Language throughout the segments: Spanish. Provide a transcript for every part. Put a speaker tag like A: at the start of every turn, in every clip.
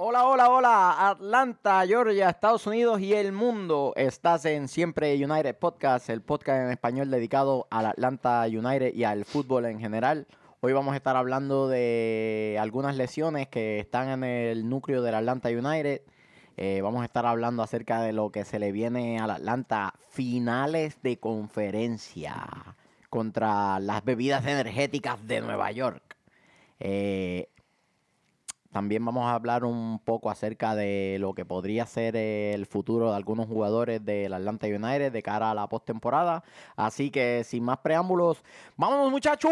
A: Hola, hola, hola, Atlanta, Georgia, Estados Unidos y el mundo. Estás en Siempre United Podcast, el podcast en español dedicado al Atlanta United y al fútbol en general. Hoy vamos a estar hablando de algunas lesiones que están en el núcleo del Atlanta United. Eh, vamos a estar hablando acerca de lo que se le viene al Atlanta, finales de conferencia contra las bebidas energéticas de Nueva York. Eh, también vamos a hablar un poco acerca de lo que podría ser el futuro de algunos jugadores del Atlanta United de cara a la postemporada. Así que sin más preámbulos, ¡vámonos muchachos!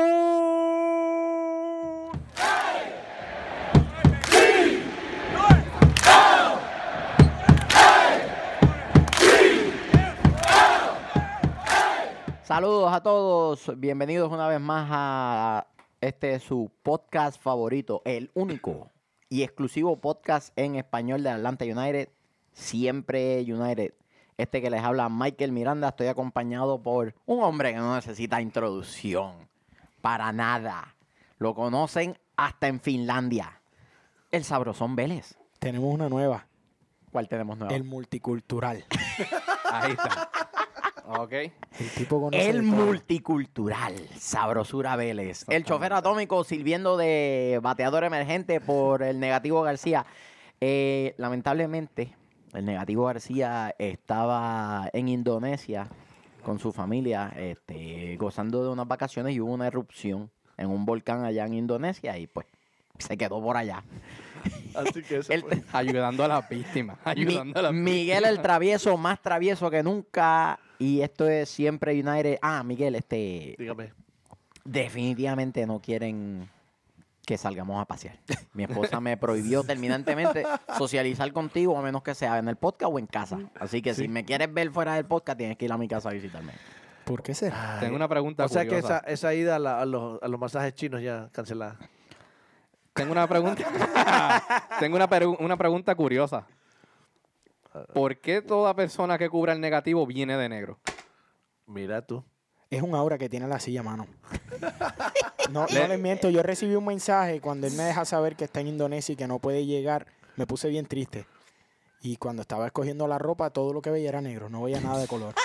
A: Saludos a todos, bienvenidos una vez más a este su podcast favorito, el único y exclusivo podcast en español de Atlanta United, siempre United. Este que les habla Michael Miranda, estoy acompañado por un hombre que no necesita introducción para nada. Lo conocen hasta en Finlandia. El sabrosón Vélez.
B: Tenemos una nueva,
A: ¿Cuál tenemos nuevo?
B: el multicultural.
C: Ahí está. Ok.
B: El tipo conoce
A: El
B: de todo.
A: multicultural, Sabrosura Vélez. El chofer atómico sirviendo de bateador emergente por el negativo García. Eh, lamentablemente, el negativo García estaba en Indonesia con su familia, este, gozando de unas vacaciones y hubo una erupción en un volcán allá en Indonesia y pues se quedó por allá.
C: Así que
A: Él-
C: Ayudando a las víctimas.
A: Mi-
C: Ayudando a las
A: Miguel el travieso, más travieso que nunca. Y esto es siempre United. Ah, Miguel, este.
D: Dígame.
A: definitivamente no quieren que salgamos a pasear. Mi esposa me prohibió terminantemente socializar contigo a menos que sea en el podcast o en casa. Así que si me quieres ver fuera del podcast, tienes que ir a mi casa a visitarme.
B: ¿Por qué será?
C: Tengo una pregunta
D: O sea que esa,
C: curiosa.
D: esa ida a, la- a los, a los masajes chinos ya cancelada.
C: Tengo una pregunta. Tengo una, peru- una pregunta curiosa. ¿Por qué toda persona que cubra el negativo viene de negro?
D: Mira tú.
B: Es un aura que tiene la silla, mano. No, no les miento, yo recibí un mensaje cuando él me deja saber que está en Indonesia y que no puede llegar. Me puse bien triste. Y cuando estaba escogiendo la ropa, todo lo que veía era negro, no veía nada de color.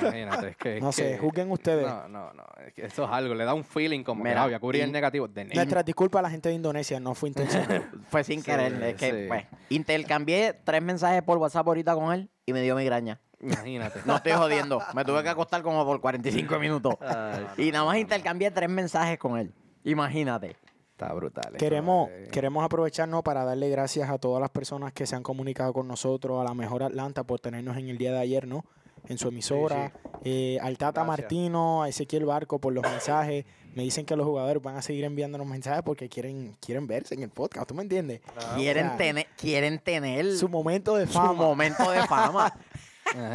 C: Imagínate, es que. es
B: No sé,
C: que-
B: juzguen ustedes.
C: No, no, no. es que eso es algo. Le da un feeling como.
A: Mira,
C: Mira, voy a cubrir
A: y-
C: el negativo de negro.
B: Nuestra disculpa a la gente de Indonesia, no fue intencional.
A: Fue sin querer.
C: Sí,
A: es que,
C: sí.
A: pues, intercambié tres mensajes por WhatsApp ahorita con él y me dio migraña.
C: Imagínate.
A: No estoy jodiendo. Me tuve que acostar como por 45 minutos.
D: Ay,
A: Y nada más intercambié tres mensajes con él. Imagínate.
C: Está brutal. esto,
B: Queremos,
C: eh.
B: queremos aprovecharnos para darle gracias a todas las personas que se han comunicado con nosotros, a la Mejor Atlanta por tenernos en el día de ayer, ¿no? En su emisora. Eh, al Tata
D: Gracias.
B: Martino, a Ezequiel Barco por los mensajes. Me dicen que los jugadores van a seguir enviándonos mensajes porque quieren, quieren verse en el podcast, ¿tú me entiendes?
A: quieren,
B: o sea,
A: tener, quieren tener
B: Su
A: su,
B: momento de
A: su
B: fama.
A: momento de fama.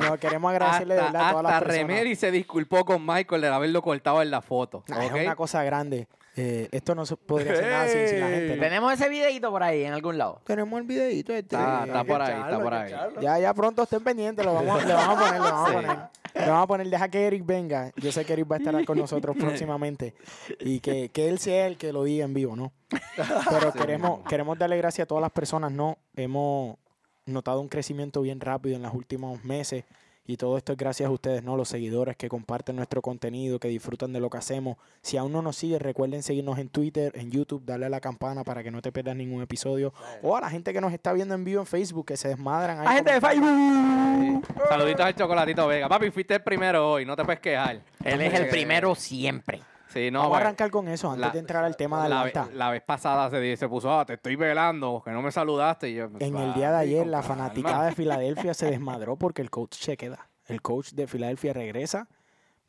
B: No, queremos agradecerle de
C: Hasta,
B: verdad a todas
C: hasta
B: las personas.
C: Remedy se disculpó con Michael de haberlo cortado en la foto.
B: Ah,
C: ¿ok?
B: Es una cosa grande. Eh, esto no se podría ser nada sin, sin la gente. ¿no?
A: Tenemos ese videito por ahí en algún lado.
B: Tenemos el videito este.
C: Está-
B: Eh,
C: Ah, está por ahí, está
D: Charlo,
C: por
D: qué
C: ahí.
D: charlo.
B: Ya, ya pronto estén pendientes, lo vamos, le vamos a poner, lo vamos
C: Sí.
B: a poner. Le vamos a poner, deja que Eric venga. Yo sé que Eric va a estar con nosotros próximamente. Y que, que él sea el que lo diga en vivo, ¿no? Pero
C: Sí,
B: queremos,
C: mismo.
B: queremos darle gracias a todas las personas, ¿no? Hemos notado un crecimiento bien rápido en los últimos meses. Y todo esto es gracias a ustedes, ¿no? Los seguidores que comparten nuestro contenido, que disfrutan de lo que hacemos. Si aún no nos siguen, recuerden seguirnos en Twitter, en YouTube, darle a la campana para que no te pierdas ningún episodio. O a la gente que nos está viendo en vivo en Facebook, que se desmadran. ahí
A: ¡A gente de
B: comentando.
A: Facebook!
C: Saluditos al Chocolatito Vega. Papi, fuiste el primero hoy, no te puedes quejar.
A: Él es el primero siempre.
C: Sí, no,
B: Vamos a
C: bueno,
B: arrancar con eso antes
C: la-
B: de entrar al tema de
C: la,
B: Atlanta.
C: ve- la vez pasada se, di- se puso, ah, te estoy velando, que no me saludaste. Y yo,
A: Pues
B: en el
C: "Papi,
B: día de ayer,
C: con
B: la
C: calma".
B: fanaticada de Filadelfia se desmadró porque el coach se queda. El coach de Filadelfia regresa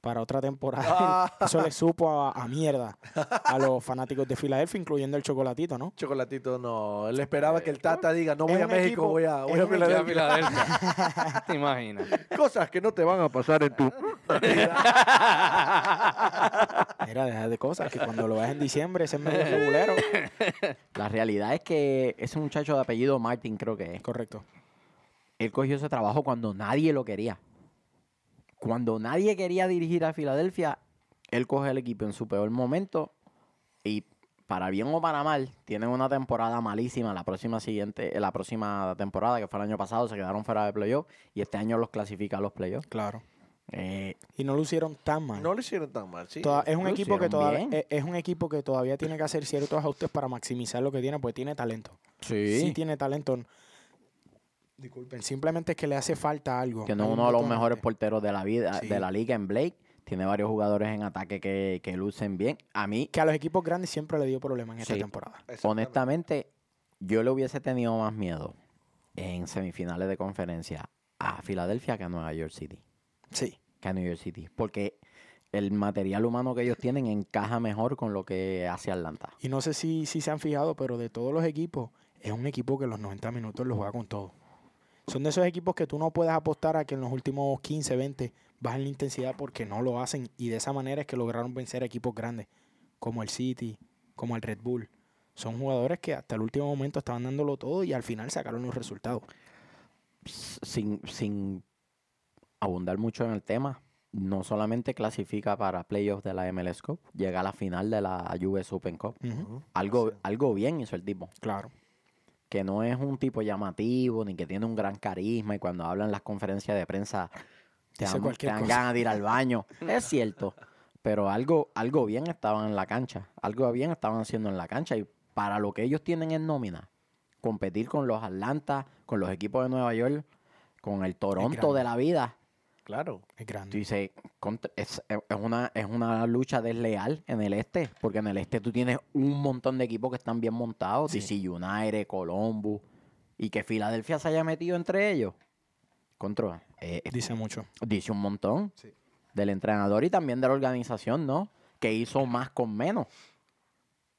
B: para otra temporada. Eso le supo a, a mierda a los fanáticos de Filadelfia, incluyendo el chocolatito, ¿no?
D: Chocolatito, no. Él esperaba que el Tata diga, no voy
B: Es
D: a
B: un
D: México,
B: equipo-
D: voy a, voy
B: es
D: a
B: un
C: Ya,
D: Filadelfia.
C: Filadelfia. Te imaginas.
D: Cosas que no te van a pasar en tu...
B: Era dejar de cosas, que cuando lo veas en diciembre, ese es medio regulero.
A: La realidad es que ese muchacho de apellido Martin, creo que es,
B: Correcto.
A: él cogió ese trabajo cuando nadie lo quería. Cuando nadie quería dirigir a Filadelfia, él coge el equipo en su peor momento y para bien o para mal, tienen una temporada malísima la próxima siguiente, eh, la próxima temporada, que fue el año pasado, se quedaron fuera de playoff y este año los clasifica a los playoffs.
B: Claro.
A: Eh,
B: Y no lucieron tan mal.
D: No lo hicieron tan mal, sí.
B: Toda- es, un
A: lo
B: equipo que
A: hicieron
B: todavía,
A: bien.
B: es, es un equipo que todavía tiene que hacer ciertos ajustes para maximizar lo que tiene, porque tiene talento. Sí, tiene talento. Disculpen, simplemente es que le hace falta algo.
A: Tiene
B: algún
A: uno de los
B: detonante.
A: mejores porteros de la vida,
B: eh, Sí.
A: de la liga en Blake. Tiene varios jugadores en ataque que, que lucen bien. A mí,
B: Que a los equipos grandes siempre le dio problemas en esta
A: Sí.
B: temporada.
D: Exactamente.
A: honestamente, yo le hubiese tenido más miedo en semifinales de conferencia a Filadelfia que a Nueva York City.
B: Sí.
A: que a New York City. Porque el material humano que ellos tienen encaja mejor con lo que hace Atlanta.
B: Y no sé si, si se han fijado, pero de todos los equipos, es un equipo que los 90 minutos lo juega con todo. Son de esos equipos que tú no puedes apostar a que en los últimos 15, 20 bajen la intensidad porque no lo hacen. Y de esa manera es que lograron vencer a equipos grandes, como el City, como el Red Bull. Son jugadores que hasta el último momento estaban dándolo todo y al final sacaron los resultados.
A: S- Sin, sin abundar mucho en el tema, no solamente clasifica para playoffs de la MLS Cup, llega a la final de la US Open Cup.
B: Ujú,
D: Ujú.
A: Algo,
D: Sí.
A: algo bien hizo el tipo.
B: Claro.
A: Que no es un tipo llamativo, ni que tiene un gran carisma, y cuando hablan las conferencias de prensa te
B: Dice
A: dan, te
B: cualquier
A: dan
B: cosa.
A: ganas de ir al baño. Es cierto. Pero algo, algo bien estaban en la cancha. Algo bien estaban haciendo en la cancha. Y para lo que ellos tienen en nómina, competir con los Atlanta, con los equipos de Nueva York, con el Toronto
B: grande.
A: de la vida.
D: Claro.
B: Es
A: Tú
B: grande.
A: dices, contra- es, es una, es una lucha desleal en el este. Porque en el este tú tienes un montón de equipos que están bien montados.
B: Sí.
A: DC United, Columbus. Y que Filadelfia se haya metido entre ellos. Contra. eh, es
B: Dice mucho.
A: Dice un montón.
B: Sí.
A: Del entrenador y también de la organización, ¿no? Que hizo más con menos.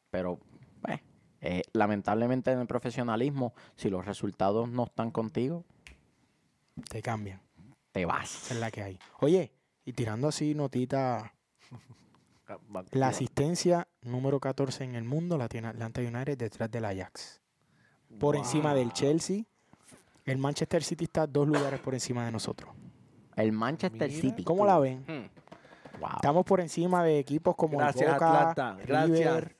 A: Pero, pues, eh, lamentablemente en el profesionalismo, si los resultados no están contigo,
B: Te cambian.
A: te
B: Esa
A: vas.
B: es la que hay. Oye, y tirando así notita
D: Ah, va-
B: La asistencia número 14 en el mundo la tiene Atlanta United detrás del Ajax. Por encima del Chelsea. El Manchester City está dos lugares por encima de nosotros.
A: El Manchester
D: Mira.
A: City.
B: ¿Cómo la ven?
C: Hmm.
A: Wow.
B: Estamos por encima de equipos como el
D: Gracias,
B: Boca,
D: Atlanta. Gracias.
B: River.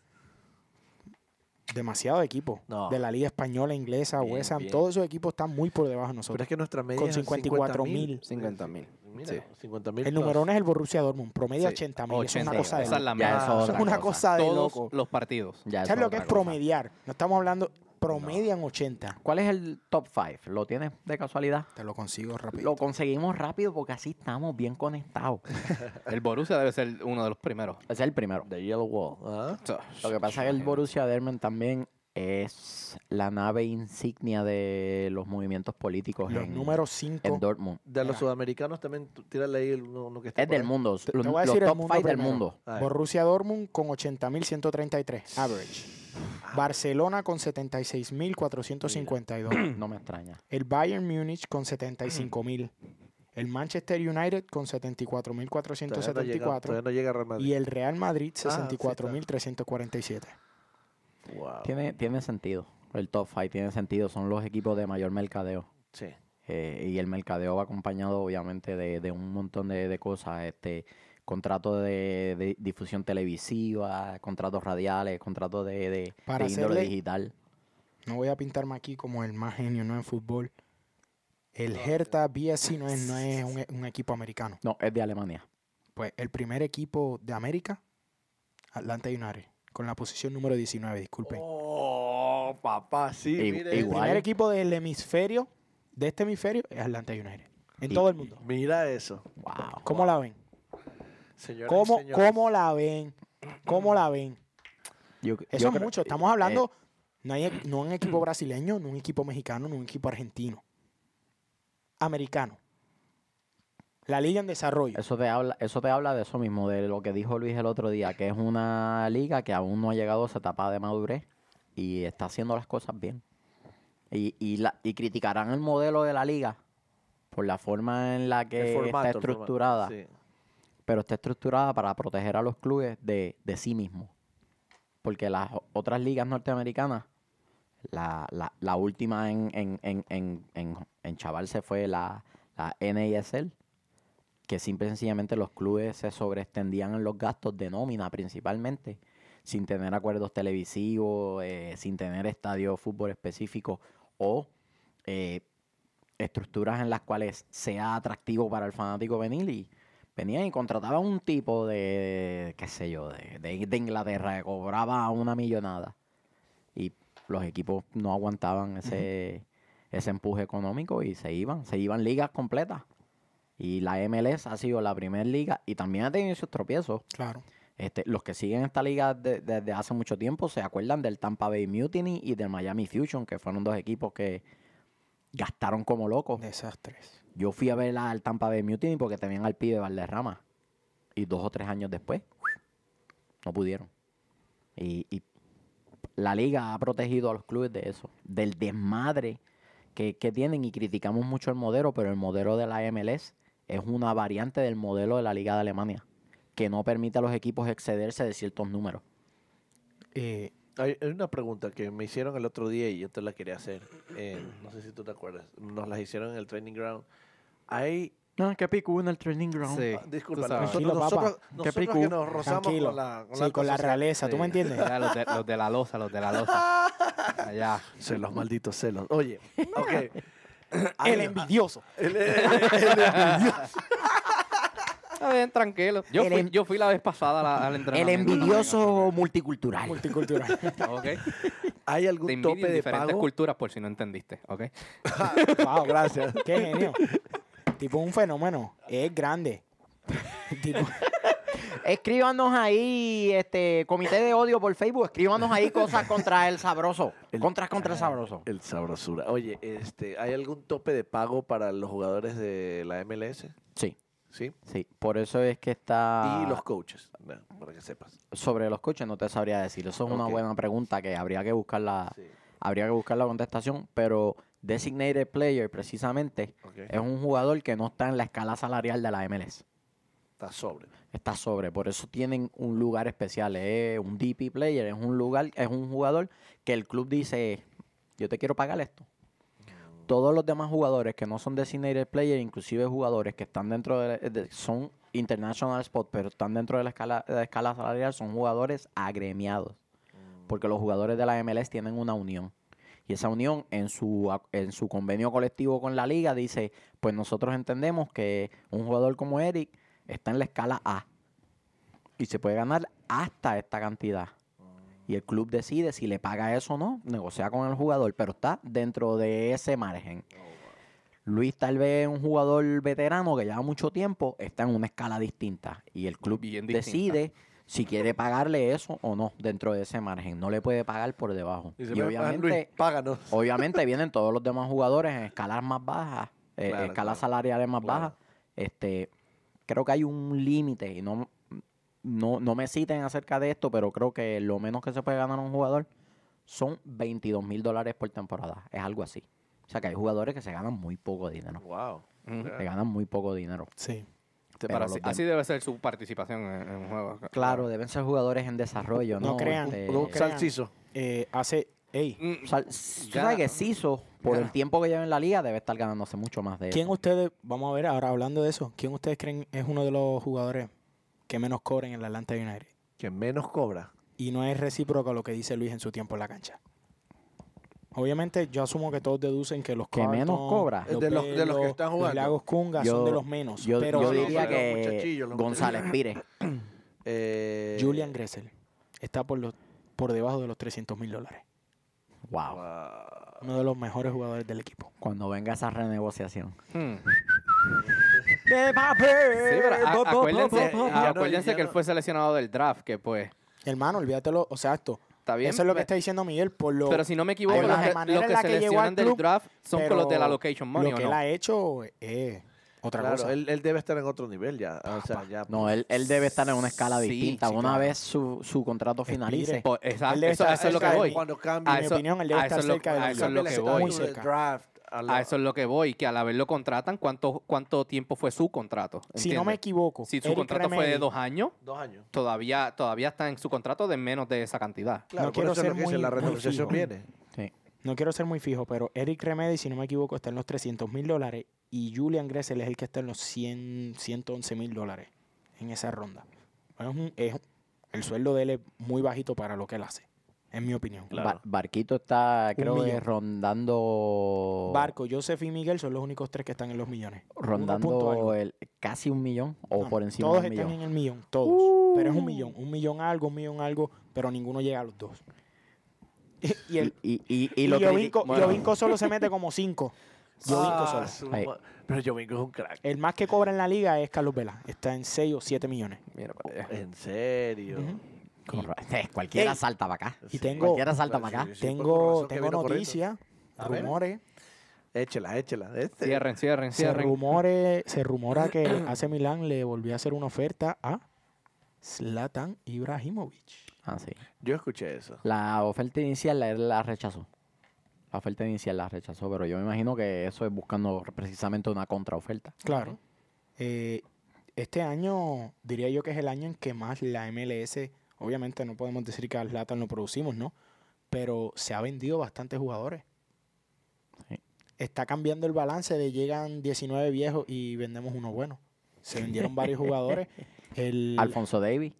B: Demasiado equipo.
D: No.
B: De la Liga Española, Inglesa,
C: Bien,
B: West Ham.
C: bien.
B: Todos esos equipos están muy por debajo de
D: Pero
B: nosotros.
D: es que nuestra media
B: Con
D: es
B: 54
D: 50.000.
C: 50 mil.
D: Mira,
C: Sí.
D: 50.000
B: El
D: plus.
B: número uno es el Borussia Dortmund. Promedio
C: Sí,
B: 80 mil. Es una
C: 80,
B: cosa de
C: esa es la
B: loco.
A: Ya
C: mierda.
A: eso
B: Eso es una cosa de
C: Todos
B: loco.
C: los partidos.
A: Ya eso
B: ¿Sabes lo que es
A: otra cosa.
B: promediar? No estamos hablando... Promedian 80.
A: ¿Cuál es el top 5? ¿Lo tienes de casualidad?
B: Te lo consigo rápido.
A: Lo conseguimos rápido porque así estamos bien conectados.
C: El Borussia debe ser uno de los primeros.
A: Ese es el primero.
D: The Yellow Wall. Ah,
A: Lo que pasa es que el Borussia Dortmund también es la nave insignia de los movimientos políticos
B: Los
A: en,
B: números
A: en
B: 5.
A: Dortmund.
D: De los
B: Mira.
D: sudamericanos también, tú- tírale ahí el- uno, uno que está
A: Es
D: por
A: del
D: ahí.
A: mundo.
B: Te-
A: los
B: te voy a
A: los
B: decir el
A: top
B: mundo
A: 5 del
B: primero.
A: mundo.
D: Ah,
B: Borussia Dortmund con 80.133. Average. Ah. Barcelona con 76.452.
A: No me extraña.
B: El Bayern Múnich con 75.000. El Manchester United con
D: todavía no llega- Todavía
B: 74.474.
D: no llega Real Madrid.
B: Y el Real Madrid Ah,
D: sí, está.
B: 64.347.
D: Wow.
A: Tiene, tiene sentido. El top 5 tiene sentido. Son los equipos de mayor mercadeo.
D: Sí.
A: Eh, y el mercadeo va acompañado, obviamente, de, de un montón de, de cosas. Este, contratos de, de difusión televisiva, contratos radiales, contratos de, de,
B: Para
A: de índole
B: hacerle-
A: digital.
B: No voy a pintarme aquí como el más genio, no en fútbol. El Hertha BSC no es, no es un- un equipo americano.
A: No, es de Alemania.
B: Pues el primer equipo de América, Atlanta United, con la posición número 19, disculpen.
D: Oh, papá, sí.
A: I-
D: mire
B: el
A: igual.
B: primer equipo del hemisferio, de este hemisferio, es Atlanta United. En
A: Y-
B: todo el
D: eso.
B: mundo.
D: Mira eso.
A: Wow.
B: ¿Cómo la ven?
D: Señoras y
B: ¿Cómo,
D: señores.
B: cómo la ven? ¿Cómo la ven? Eso es mucho. Estamos hablando,
A: eh,
B: no, hay, no un equipo brasileño, no un equipo mexicano, no un equipo argentino. Americano. La liga en desarrollo.
A: Eso te habla, eso te habla de eso mismo, de lo que dijo Luis el otro día, que es una liga que aún no ha llegado a esa etapa de madurez y está haciendo las cosas bien. Y, y, la, y criticarán el modelo de la liga por la forma en la
D: El
A: que
D: formato, el
A: está
D: formato,
A: estructurada,
D: sí.
A: pero está estructurada para proteger a los clubes de, de sí mismos. Porque las o- otras ligas norteamericanas, la, la, la última en, en, en, en, en, en chaval se fue la, la NASL, que simple y sencillamente los clubes se sobreextendían en los gastos de nómina principalmente, sin tener acuerdos televisivos, eh, sin tener estadios de fútbol específicos o eh, estructuras en las cuales sea atractivo para el fanático venir y venían y contrataban un tipo de, qué sé yo, de, de, de Inglaterra que cobraba una millonada y los equipos no aguantaban ese, ese empuje económico y se iban, se iban ligas completas. Y la MLS ha sido la primera liga y también ha tenido sus tropiezos.
B: Claro.
A: Este, los que siguen esta liga de- desde hace mucho tiempo se acuerdan del Tampa Bay Mutiny y del Miami Fusion, que fueron dos equipos que gastaron como locos.
B: Desastres.
A: Yo fui a ver al Tampa Bay Mutiny porque tenían al pibe Valderrama. Y dos o tres años después, no pudieron. Y, y la liga ha protegido a los clubes de eso, del desmadre que, que tienen. Y criticamos mucho el modelo, pero el modelo de la MLS es una variante del modelo de la Liga de Alemania, que no permite a los equipos excederse de ciertos números.
B: Eh,
D: Hay, hay una pregunta que me hicieron el otro día y yo te la quería hacer. eh, no sé si tú te acuerdas. Nos las hicieron en el training ground. Hay.
A: Ah, qué pico en el training ground.
C: Sí,
D: ah, disculpa,
C: tú sabes.
D: nosotros,
B: Tranquilo, papá.
D: nosotros,
B: Qué
D: nosotros que
B: picú.
D: nos rozamos
B: Tranquilo.
D: con la,
B: sí, con la
D: cosa-
B: realeza, ¿tú
C: Sí.
B: me entiendes?
C: Ya, los, de, los de la loza, los de la loza. Allá.
D: Celos, malditos celos. Oye, ok.
B: El envidioso.
D: El- eh, el- el-
C: Está bien, tranquilo. Yo
A: El
C: fui,
B: em-
A: en-
C: yo fui la vez pasada a la- al
A: El
C: entrenamiento.
A: envidioso multicultural.
B: Multicultural.
C: Ok.
D: ¿Hay
C: Te
D: algún
C: envidio
D: tope de
C: diferentes
D: pago?
C: culturas por si no entendiste, ¿ok?
B: Wow,
D: Gracias.
B: Qué genio. Tipo un fenómeno. Es grande. Tipo,
A: Escríbanos ahí, este, comité de odio por Facebook, escríbanos ahí cosas contra el sabroso.
D: El-
A: Contras contra el Ah. sabroso.
D: El sabrosura. Oye, este, ¿hay algún tope de pago para los jugadores de la MLS?
A: Sí,
D: ¿Sí?
A: sí. Por eso es que está.
D: Y los coaches, na, para que sepas.
A: Sobre los coches no te sabría decir. Eso es una
D: Ok.
A: buena pregunta que habría que buscar la,
D: Sí,
A: habría que buscar la contestación. Pero designated player, precisamente,
D: ok.
A: es un jugador que no está en la escala salarial de la MLS.
D: Está sobre.
A: Está sobre, por eso tienen un lugar especial. Es un DP player, es un lugar, es un jugador que el club dice, yo te quiero pagar esto. Todos los demás jugadores que no son designated player, inclusive jugadores que están dentro de, la- de- son international spot, pero están dentro de la escala, de la escala salarial, son jugadores agremiados, porque los jugadores de la MLS tienen una unión. Y esa unión en su, ac- en su convenio colectivo con la liga dice, pues nosotros entendemos que un jugador como Eric está en la escala A y se puede ganar hasta esta cantidad.
C: Ah.
A: Y el club decide si le paga eso o no, negocia con el jugador, pero está dentro de ese margen.
C: Oh,
A: Luis tal vez es un jugador veterano que lleva mucho tiempo, está en una escala distinta y el club
C: Bien distinta.
A: decide si quiere pagarle eso o no dentro de ese margen. No le puede pagar por debajo.
D: Dice,
A: y
D: "Ven, Juan
A: obviamente
D: Luis, páganos.
A: Oh, Obviamente vienen todos los demás jugadores en escalas más bajas, eh,
D: Claro,
A: escalas
D: claro,
A: salariales más
D: claro.
A: bajas. Este, creo que hay un límite y no, no, no me citen acerca de esto, pero creo que lo menos que se puede ganar un jugador son 22 mil dólares por temporada. Es algo así. O sea que hay jugadores que se ganan muy poco dinero.
D: Wow.
C: Ujú.
A: Se ganan muy poco dinero.
B: sí.
A: Pero
C: Para
A: los
C: así,
A: dem-
C: así debe ser su participación en, en un juego.
A: Claro, deben ser jugadores en desarrollo, ¿no?
B: No crean,
A: Este,
B: no crean.
D: Salciso.
B: Eh, hace. Ey,
C: Mm,
A: o sea, s- tú
C: Ya.
A: sabes que Siso, por el
C: Ya.
A: tiempo que lleva en la liga, debe estar ganándose mucho más de
B: ¿quién
A: eso.
B: ustedes, vamos a ver ahora hablando de eso, ¿quién ustedes creen es uno de los jugadores que menos cobran en el Atlanta United?
D: Que menos cobra.
B: Y no es recíproco a lo que dice Luis en su tiempo en la cancha. Obviamente, yo asumo que todos deducen que los
A: ¿Que menos cobra?
D: De los- de los que están jugando.
B: Lagos Kunga son
A: Yo-
B: de los menos.
A: Yo,
B: pero
A: yo
D: Sí,
A: diría
D: pero los
A: que
D: muchachillos, los
A: González Pires.
D: Eh,
B: Julian Gressel está por, los, por debajo de los 300 mil dólares.
A: Wow.
D: wow.
B: Uno de los mejores jugadores del equipo.
A: Cuando venga esa renegociación.
C: mm.
A: ¡De papel!
C: Sí, pero
B: Eh,
C: a- acuérdense,
D: bo, bo,
C: a-
D: bo.
C: acuérdense
D: Ya no-
C: que él
D: ya
C: fue seleccionado del draft, que pues,
B: Hermano, olvídatelo. O sea, esto.
C: está bien.
B: Eso es lo que
C: pe-
B: está diciendo Miguel. Por lo,
C: Pero si no me equivoco,
B: Hay
C: los
B: una
C: que,
B: manera
C: los
B: en
C: que
B: la que llegó
C: seleccionan
B: al
C: del
B: club,
C: draft son con los de la
B: pero
C: location money,
B: lo
C: ¿o
B: que
C: no?
B: él ha hecho es otra
D: Claro,
B: cosa.
D: él, él debe estar en otro nivel ya. O sea, ya.
A: No, él, él debe estar en una escala
C: Sí,
A: distinta.
C: sí,
A: Una
C: claro.
A: vez su, su contrato finalice.
B: Pires.
C: Po- exacto,
B: Él debe
C: eso,
B: estar
C: eso es lo que
B: cerca de
C: voy.
B: mí.
D: Cuando
C: A
D: cambia.
B: mi
C: eso-
B: opinión, él debe
C: a
B: estar
C: eso es lo-
B: cerca de
C: a
B: la
C: eso es
B: liga.
C: lo que
B: Está
C: voy.
B: muy cerca.
D: Draft, a la-
C: A eso es lo que voy, que al haberlo contratan, ¿cuánto, cuánto tiempo fue su contrato?
B: si no me
C: ¿Entiendes?
B: equivoco,
C: Si su
B: Eric
C: contrato fue de
B: Remedy-
C: dos años,
D: Dos años.
C: todavía, todavía está en su contrato de menos de esa cantidad.
D: Claro, por
B: quiero
D: eso es lo
B: ser
D: que dice,
B: muy-
D: la
B: muy
D: renegociación
B: fijo.
D: viene.
A: Sí.
B: no quiero ser muy fijo, pero Eric Remedy, si no me equivoco, está en los 300 mil dólares y Julian Gressel es el que está en los 100, 111 mil dólares en esa ronda. Es un, es un- el sueldo de él es muy bajito para lo que él hace, en mi opinión.
D: Claro.
A: Ba- Barquito está, creo, que
B: millón.
A: rondando.
B: Barco, Joseph y Miguel son los únicos tres que están en los millones. Uno punto
A: Rondando
B: algo.
A: el, casi un millón o
B: No,
A: por encima
B: Todos
A: de un
B: están
A: millón.
B: en el millón, todos. Pero es un millón, un millón algo, un millón algo, pero ninguno llega a los dos. y el,
A: Y, y, y,
B: y,
A: lo criti-
B: Jovinko,
C: bueno.
B: Jovinko solo se mete como cinco. Jovinko solo.
D: Ah, su
A: Ahí.
D: ma- Pero Jovinko es un crack.
B: El más que cobra en la liga es Carlos Vela. Está en 6 o 7 millones.
C: Mira para allá.
D: En serio.
B: Ujú.
A: Correcto. Cualquiera
B: Ey.
A: salta para acá.
B: Y
D: Sí.
B: tengo-
A: Cualquiera salta
D: Pues,
A: para acá.
D: sí, sí, fue con
B: tengo
D: razón que
B: tengo
D: vino corriendo.
B: noticias,
D: A ver.
B: rumores.
D: Échela, échela. Este.
C: Cierren, cierren,
B: Se,
C: cierren.
B: rumore, se rumora que AC Milán le volvió a hacer una oferta a Zlatan Ibrahimovic.
A: Ah, sí.
D: Yo escuché eso.
A: La oferta inicial la, él la rechazó. La oferta inicial la rechazó, pero yo me imagino que eso es buscando precisamente una contraoferta.
B: Claro. Eh, este año diría yo que es el año en que más la MLS, obviamente no podemos decir que a Zlatan lo producimos, ¿no? Pero se ha vendido bastantes jugadores.
A: Sí.
B: Está cambiando el balance de llegan 19 viejos y vendemos uno bueno. Se vendieron varios jugadores. El
A: Alfonso Davis.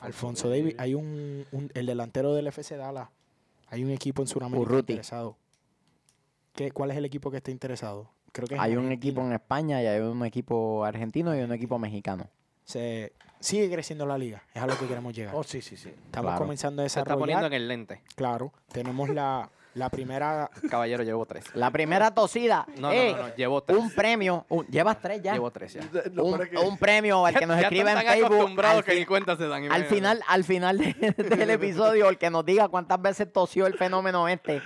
B: Alfonso Davis, hay un, un- el delantero del FC Dallas. Hay un equipo en Sudamérica
A: Urruti.
B: interesado. ¿Qué, ¿Cuál es el equipo que está interesado? Creo que es
A: Hay un
B: Argentina.
A: equipo en España y hay un equipo argentino y un equipo mexicano.
B: se sigue creciendo la liga. Es a lo que queremos llegar.
D: Oh, sí, sí, sí.
B: Estamos
A: claro.
B: comenzando a
C: Se está poniendo
B: desarrollar.
C: en el lente.
B: Claro, tenemos la, la primera.
C: Caballero, llevo tres.
A: La primera tosida.
C: No,
A: ¡Ey!
C: no, no, no, llevo tres.
A: Un premio. un- llevas tres ya.
C: Llevo tres ya.
A: un, un premio al que nos
C: Ya
A: escribe en
C: están tan
A: Facebook.
C: acostumbrados
A: Al,
C: que
A: fi-
C: ni cuenta se dan.
A: al
C: imagínate.
A: final, al final de- del episodio, el que nos diga cuántas veces tosió el fenómeno este,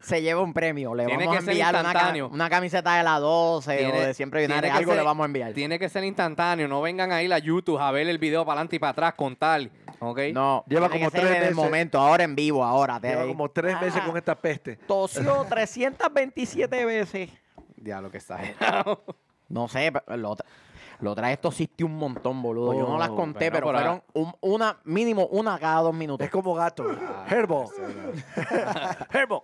A: se lleva un premio. Le
C: Tiene
A: vamos a
C: que ser
A: enviar una, ca-
C: instantáneo.
A: una camiseta de la 12 o
C: Tiene-
A: eh, de siempre
C: tiene
A: binaria.
C: que
A: Algo
C: ser-
A: le vamos a enviar.
C: Tiene que ser instantáneo. No vengan ahí la YouTube a ver el video para adelante y para atrás con tal. ¿Ok?
A: No,
D: Lleva
A: tiene
D: como
A: que ser
D: tres
A: en el
D: meses.
A: momento, ahora en vivo, ahora. te-
D: Lleva como tres meses
A: Ah,
D: con esta peste.
A: Tosió 327 veces.
C: Ya lo que está.
A: No sé, pero lo, otra- lo otra esto existe un montón, boludo. Yo no las
C: Oh,
A: conté, pero
C: bueno, pero-
A: fueron un- una, mínimo una cada dos minutos.
D: Es como gato.
A: Ah,
D: Herbo. Herbo.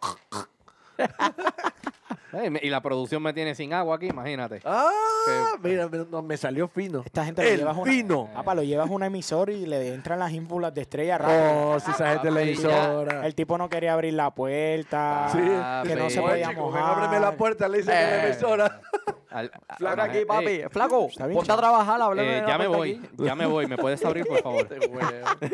C: y la producción me tiene sin agua aquí, imagínate.
D: Ah,
C: Qué-
D: mira, me, no, me salió fino.
B: Esta gente lo
D: El
B: llevas una.
D: fino.
B: Papá, lo llevas a una emisora y le entran las ínfulas de estrella rápido.
D: Oh, si esa gente la
C: Papi,
D: hizo
C: ya.
D: ahora.
B: El tipo no quería abrir la puerta.
D: Sí,
B: que no se
D: Oye,
B: podía
D: chico, ven,
B: mojar.
D: ábreme la puerta, le dicen en la
C: Eh.
D: emisora.
C: Al- a-
A: Flaco
C: a- eh,
A: aquí, papi. Flaco,
B: Está bien,
A: ponte a
B: chavo.
A: trabajar, háblame.
C: eh,
A: de la
C: ya me
A: puerta
C: voy,
A: aquí.
C: ya me voy. ¿Me puedes abrir, por favor?
B: No,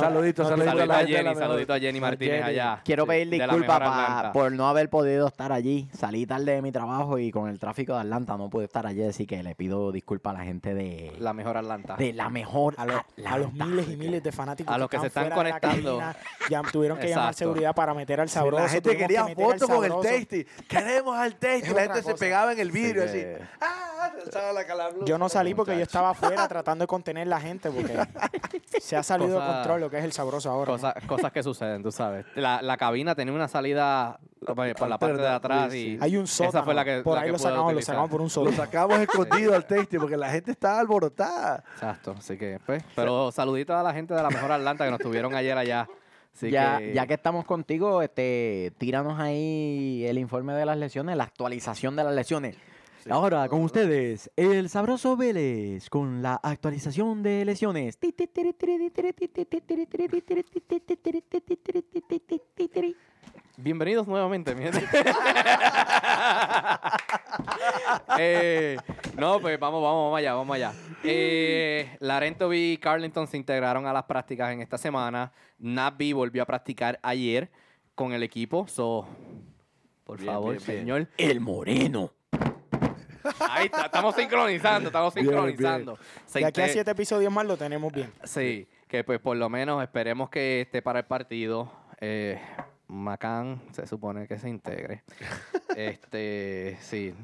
D: saludito, saludito, la
C: Saludito a
D: gente de la
C: Jenny,
D: mejor.
C: saludito a Jenny Martínez
D: Jenny.
C: allá.
A: Quiero
C: Sí,
A: pedir
C: de la
A: disculpas
C: mejor
A: pa-
C: Atlanta.
A: por no haber podido estar allí. Salí tarde de mi trabajo y con el tráfico de Atlanta no pude estar allí, así que le pido disculpas a la gente de
C: La mejor Atlanta.
A: de la mejor
B: A, los- a los
A: Atlanta.
B: miles y miles de fanáticos
C: Ah, A los que se
B: estaban
C: están
B: fuera de la
C: conectando.
B: cabina, ya tuvieron que llamar
C: Exacto.
B: seguridad para meter al sabroso.
D: la gente
B: tuvimos que
D: quería
B: meter al
D: fotos con el
B: sabroso.
D: tasty. Queremos al tasty.
B: Es
D: La
B: otra
D: gente se
B: cosa.
D: pegaba en el vidrio
C: Sí,
D: así.
C: que-
D: Ah, se estaba la calablusa.
B: Yo no salí porque yo
C: Muchacho.
B: estaba afuera tratando de contener la gente porque se ha salido de
C: Cosa-
B: control lo que es el sabroso ahora. ¿no?
C: Cosas, cosas que suceden, tú sabes. La, la cabina tenía una salida eh, por la parte de
D: Alterna,
C: atrás
D: sí,
C: y
D: sí.
B: Hay un sótano.
C: Esa fue la que
B: por
C: la
B: ahí
C: que
B: lo
C: pude
B: sacamos, lo
C: utilizar.
B: sacamos por un
D: Lo
B: sótano.
D: sacamos escondido al tasty porque la gente estaba alborotada.
C: Exacto, así que pues, pero saluditos a la gente de la mejor Atlanta que nos tuvieron ayer allá. Así
A: ya,
C: que,
A: ya que estamos contigo, este, tíranos ahí el informe de las lesiones, la actualización de las lesiones. Ahora con ustedes, el sabroso Vélez con la actualización de lesiones.
C: bienvenidos nuevamente, mi gente. Eh, no, pues vamos, vamos, vamos allá, vamos allá. Eh, Larento y Carlington se integraron a las prácticas en esta semana. Nabi volvió a practicar ayer con el equipo. So, por
D: Bien,
C: favor,
D: bien, bien.
C: señor.
A: El Moreno.
C: Ahí está, estamos sincronizando, estamos
D: Bien, bien.
C: sincronizando. Se
B: De aquí a
C: inte-
B: siete episodios más lo tenemos bien.
C: Sí, que pues por lo menos esperemos que esté para el partido. Eh, Macán se supone que se integre. este, sí.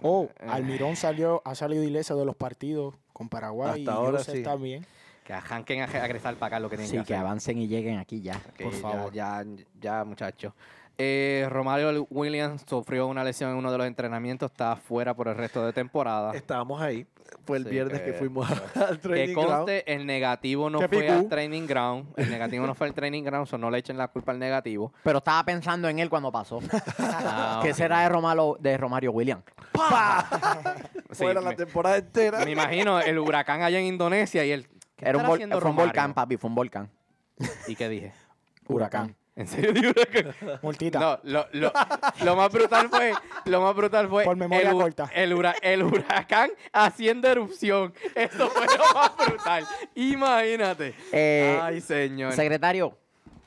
B: Oh,
C: Eh,
B: Almirón salió, ha salido ileso de los partidos con Paraguay
D: Hasta
B: y
D: ahora
B: Joseph
D: sí.
B: también.
C: Que arranquen a regresar para acá lo que tienen
A: Sí,
C: que
A: que
C: hacer.
A: avancen y lleguen aquí ya.
C: Que
B: por
C: ya-
B: favor.
C: Ya, ya, muchachos. Eh, Romario Williams sufrió una lesión en uno de los entrenamientos, está fuera por el resto de temporada.
D: Estábamos ahí. Fue el
C: Ah. Sí,
D: viernes que
C: que-
D: fuimos al
C: Que
D: training ground.
C: conste, el negativo no
D: Qué
C: fue al
D: picú.
C: training ground. El negativo no fue al training ground, so no le echen la culpa al negativo.
A: Pero estaba pensando en él cuando pasó.
C: Ah,
A: ¿Qué
C: ok.
A: será de, Romalo- de Romario Williams?
D: ¡Pah!
C: Sí,
D: Fuera la
C: me-
D: temporada entera.
C: Me imagino el huracán allá en Indonesia y el ¿Qué
A: Era un,
C: estará
A: vol- fue
C: haciendo
A: un
C: Romario?
A: volcán, papi, fue un volcán.
C: ¿Y qué dije?
B: Huracán.
C: ¿En serio dije huracán?
B: Multita.
C: No, lo, lo- lo más brutal fue, lo más brutal fue
B: Por memoria
C: el, hu-
B: corta.
C: El, hura- el huracán haciendo erupción. Eso fue lo más brutal. Imagínate.
A: Eh,
C: Ay, señor.
A: Secretario,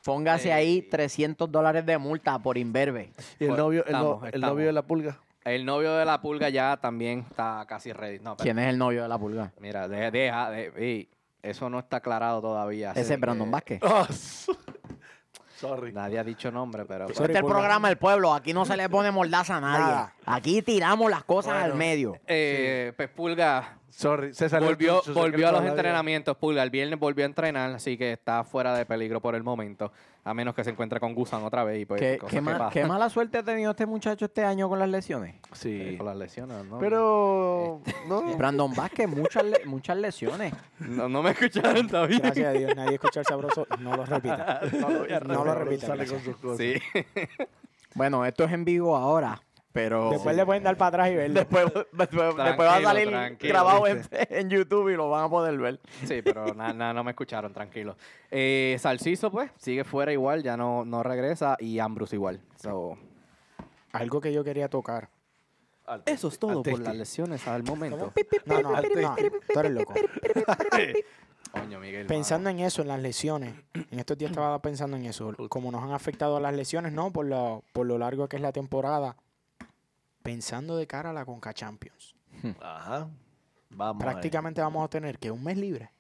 A: póngase
C: Eh.
A: ahí 300 dólares de multa por imberbe.
D: Y el
C: Pues,
D: novio, el, no-
C: estamos,
D: el
C: estamos.
D: novio de la pulga.
C: El novio de la pulga ya también está casi ready. No, pero-
A: ¿Quién es el novio de la pulga?
C: Mira, de- deja, de- ey, eso no está aclarado todavía.
A: Ese
C: así
A: es Brandon
C: que- Oh,
A: Vázquez. Este
D: Sorry.
C: Nadie ha dicho nombre, pero pues,
B: Sorry,
A: Este es el
B: pulga.
A: programa del pueblo. Aquí no se le pone mordaza a nadie.
B: Nada.
A: Aquí tiramos las cosas al medio.
C: eh, pues Pulga
D: Sorry. Se salió
C: volvió,
D: su- su
C: volvió a
D: secreto
C: los
D: de la vida.
C: entrenamientos. Pulga el viernes volvió a entrenar, así que está fuera de peligro por el momento, a menos que se encuentre con Gusan otra vez y pues
A: ¿Qué,
C: cosas
A: qué
C: que
A: ma-
C: pasan
A: qué mala suerte ha tenido este muchacho este año con las lesiones.
D: Sí. Este,
C: con las lesiones. ¿no?
D: Pero. No.
A: Brandon Vázquez, muchas, le- muchas lesiones.
C: no, no me escucharon todavía.
B: Gracias a Dios. Nadie escucha el sabroso. No lo repita. No lo repita,
D: Sale con
B: gracias.
D: sus cosas.
C: Sí.
A: Bueno, esto es en vivo ahora, pero...
B: Después le pueden dar para atrás y verlo.
A: Después, después- después va a
C: Tranquilo,
A: salir
C: tranquilo,
A: grabado en, en YouTube y lo van a poder ver.
C: Sí, pero nada, no me escucharon, tranquilo. Eh, Salciso, pues, sigue fuera igual, ya no, no regresa. Y Ambrus igual. So,
B: Algo que yo quería tocar.
D: Al-
C: eso es todo por
D: Altesti.
C: las lesiones al momento.
B: No, no, no, tú eres loco.
C: Coño, Miguel.
B: Pensando en eso, en las lesiones. En estos días estaba pensando en eso. Como nos han afectado las lesiones, ¿no? Por lo, por lo largo que es la temporada. Pensando de cara a la Conca Champions.
D: Ajá. Vamos. ahí.
B: Prácticamente vamos a tener que un mes libre.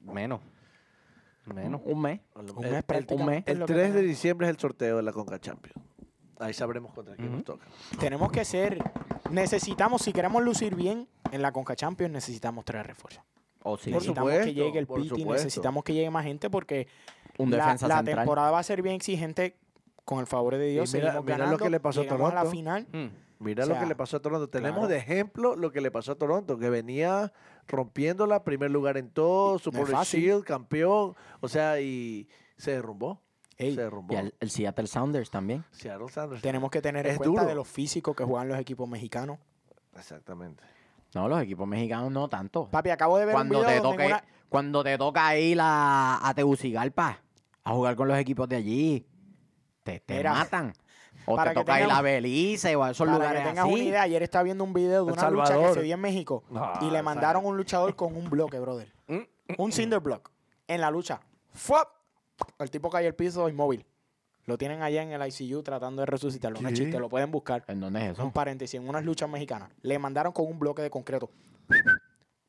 C: mano. Menos. Menos.
A: Un mes.
B: Un
D: El-
B: mes prácticamente. es
D: eh, El
B: lo que
D: 3 de
B: tenemos.
D: diciembre es el sorteo de la Conca Champions. Ahí sabremos contra quién nos toca.
B: Tenemos que ser. Necesitamos, si queremos lucir bien en la Conca Champions, necesitamos tres refuerzos.
A: O sí.
D: Por
B: necesitamos que
D: supuesto,
B: llegue el
D: por
B: Piti,
D: supuesto.
B: necesitamos que llegue más gente porque
A: Un
B: la,
A: defensa
B: la
A: central.
B: temporada va a ser bien exigente. Con el favor de Dios,
D: Y mira-
B: seguimos
D: mira lo
B: ganando.
D: que le pasó a
B: llegamos la
D: Toronto.
B: final.
C: Mm.
D: Mira
B: O
D: lo
B: sea,
D: que le pasó a Toronto. Tenemos
B: claro.
D: de ejemplo lo que le pasó a Toronto, que venía rompiéndola, primer lugar en todo, Super Bowl
B: fácil.
D: Shield, campeón. O sea, y se derrumbó.
B: Ey,
D: se derrumbó.
A: Y el, el Seattle Sounders también.
D: Seattle Sanders.
B: Tenemos que tener en
D: Es
B: cuenta
D: duro.
B: de lo físico que juegan los equipos mexicanos.
D: Exactamente.
A: No, los equipos mexicanos no tanto.
B: Papi, acabo de ver
A: Cuando
B: un
A: te,
B: video donde
A: toque,
B: en una-
A: cuando te toca ir a, a Tegucigalpa a jugar con los equipos de allí, te, te
B: Mira,
A: matan. O
B: para
A: te
B: que
A: toca ir
B: tengas-
A: a Belice o a esos
B: para que
A: lugares
B: tengas una
A: así.
B: idea, ayer estaba viendo un video de
D: El
B: una lucha que se
D: Salvador.
B: dio en México
D: No,
B: y le
D: o
B: mandaron
D: sea,
B: un luchador con un bloque, brother.
C: Mm,
B: un cinder block en la lucha. ¡Fuap! El tipo cayó al piso inmóvil. Lo tienen allá en el ICU tratando de resucitarlo. No es
D: ¿Qué?
B: chiste, lo pueden buscar.
A: ¿En dónde es
B: Son
A: eso?
B: paréntesis, en unas luchas mexicanas. Le mandaron con un bloque de concreto.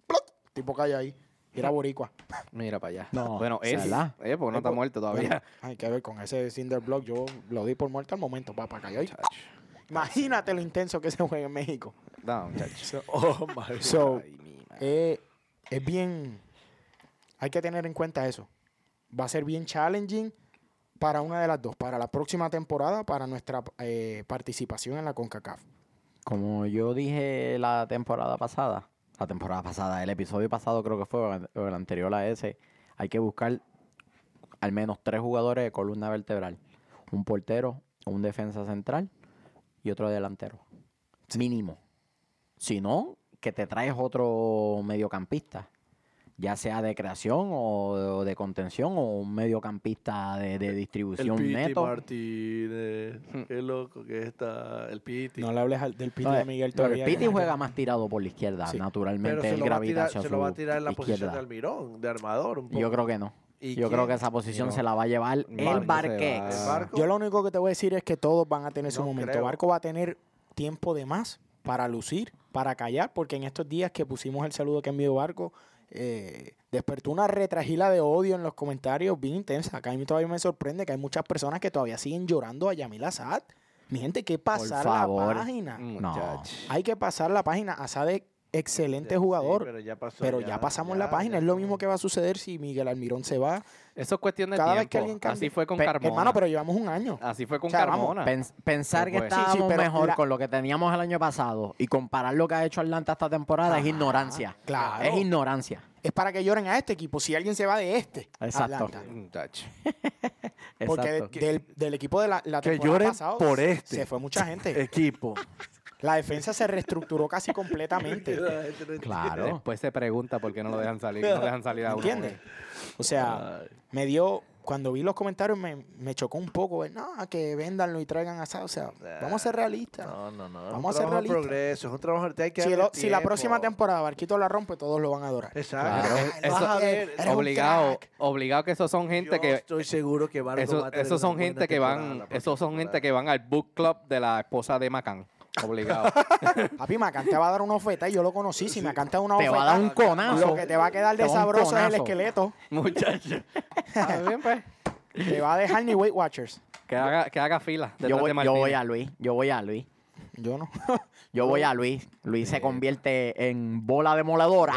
B: ¡Ploc! El tipo cayó ahí. Y Era boricua.
C: Mira para allá.
A: No,
C: bueno, él.
A: Salah.
C: Eh, porque no está
B: Él-
C: muerto todavía.
B: Hay que ver, con ese cinder block yo lo di por muerto al momento, papá, cayó ahí. Imagínate lo intenso que se juega en México.
C: No, muchacho.
D: Oh, my
B: So,
C: Ay, mi madre.
B: eh, es bien. Hay que tener en cuenta eso. Va a ser bien challenging para una de las dos, para la próxima temporada, para nuestra eh, participación en la CONCACAF.
A: Como yo dije la temporada pasada, la temporada pasada, el episodio pasado creo que fue, o el- o el anterior a ese, hay que buscar al menos tres jugadores de columna vertebral. Un portero, un defensa central y otro delantero. Mínimo. Si no, que te traes otro mediocampista. Ya sea de creación o de, o de contención o un mediocampista de, de
D: El
A: distribución
D: Piti
A: neto.
D: Martínez. Qué loco que está el Piti.
B: Hmm. No le hables al- del Piti
A: No,
B: de
A: eh,
B: Miguel
A: pero
B: todavía.
A: el Piti
B: que-
A: juega más tirado por la izquierda,
B: Sí,
A: naturalmente.
D: pero se
A: él
D: lo, va a
A: gravita
D: tirar,
A: hacia
D: se lo
A: su
D: va a tirar en la posición de
A: izquierda.
D: Almirón, de armador. Un poco.
A: Yo creo que no.
D: ¿Y
A: Yo
D: quién?
A: creo que esa posición
C: Mira.
A: se la va a llevar el
C: Barco
A: Barquex.
C: se
D: El
C: va.
D: barco.
B: Yo lo único que te voy a decir es que todos van a tener su
D: No
B: momento.
D: creo.
B: Barco va a tener tiempo de más para lucir, para callar, porque en estos días que pusimos el saludo que envió Barco, eh, despertó una retragila de odio en los comentarios bien intensa. Acá a mí todavía me sorprende que hay muchas personas que todavía siguen llorando a Yamil Assad. Mi gente, hay que pasar la
A: favor.
B: página.
C: Mm. Muchacho.
B: Hay que pasar la página. Assad es excelente
D: Sí,
B: jugador. pero
D: pero ya, pasó,
B: ya, pasamos la
D: ya,
B: página,
D: ya
B: es lo
D: no.
B: mismo que va a suceder si Miguel Almirón se va.
C: Eso es cuestión de
B: Cada vez
C: tiempo.
B: que alguien cambie-
C: Así fue con
A: Pe-
C: Carmona.
B: Hermano, pero llevamos un año.
C: Así fue con
B: O sea, vamos,
C: Carmona.
A: Pens- pensar que
C: Pues, sí, sí,
A: estábamos
B: pero
A: mejor
B: la-
A: con lo que teníamos el año pasado y comparar lo que ha hecho Atlanta esta temporada es
B: Ajá,
A: ignorancia.
B: claro.
A: Es ignorancia.
B: es para que lloren a este equipo si alguien se va de este.
A: Exacto.
B: Atlanta.
C: Muchacho.
B: Porque de-
A: Exacto.
B: del, del equipo de la, la
D: Que
B: temporada
D: lloren
B: pasada
D: por este.
B: se fue mucha gente.
D: Equipo.
B: La defensa se reestructuró casi completamente.
D: La gente no
A: Claro.
C: Después se pregunta por qué no lo dejan salir, no dejan salir a uno.
B: ¿Entiendes? O sea,
D: Ay.
B: me dio. Cuando vi los comentarios me, me chocó un poco. eh, No, que véndanlo y traigan asado. O sea, vamos a ser realistas.
D: No, no, no.
B: Vamos a
D: es
B: ser
D: un trabajo de
B: realistas.
D: progreso, es un trabajo que hay que
B: Si,
D: darle
B: lo- si la
D: tiempo.
B: próxima temporada Barquito la rompe, todos lo van a adorar.
D: Exacto.
C: Claro,
D: Vas
C: eso-
D: a ver,
B: eres un
C: Obligado,
B: crack.
C: obligado que esos son gente
D: yo
C: que
D: estoy seguro que Barco va
C: eso,
D: a tener
C: esos son
D: una buena
C: gente que
D: temporada
C: van,
D: la próxima
C: esos son gente
D: temporada.
C: que van al book club de la esposa de Macán. Obligado.
B: Papi, Macán te va a dar una oferta y yo lo conocí. Si Macán te da una
A: Te
B: oferta,
A: va a dar un conazo.
B: lo que te va a quedar
A: Te
B: de
A: va a un
B: sabroso es el
A: conazo.
B: esqueleto.
C: Muchachos.
B: Ah,
C: Está bien, pues.
B: Te va a dejar ni Weight Watchers.
C: Que haga, que haga fila. detrás
A: Yo
C: de
A: voy, yo
C: Martínez.
A: voy a Luis, yo voy a Luis.
B: Yo no.
A: Yo voy a Luis. Luis se convierte en bola demoladora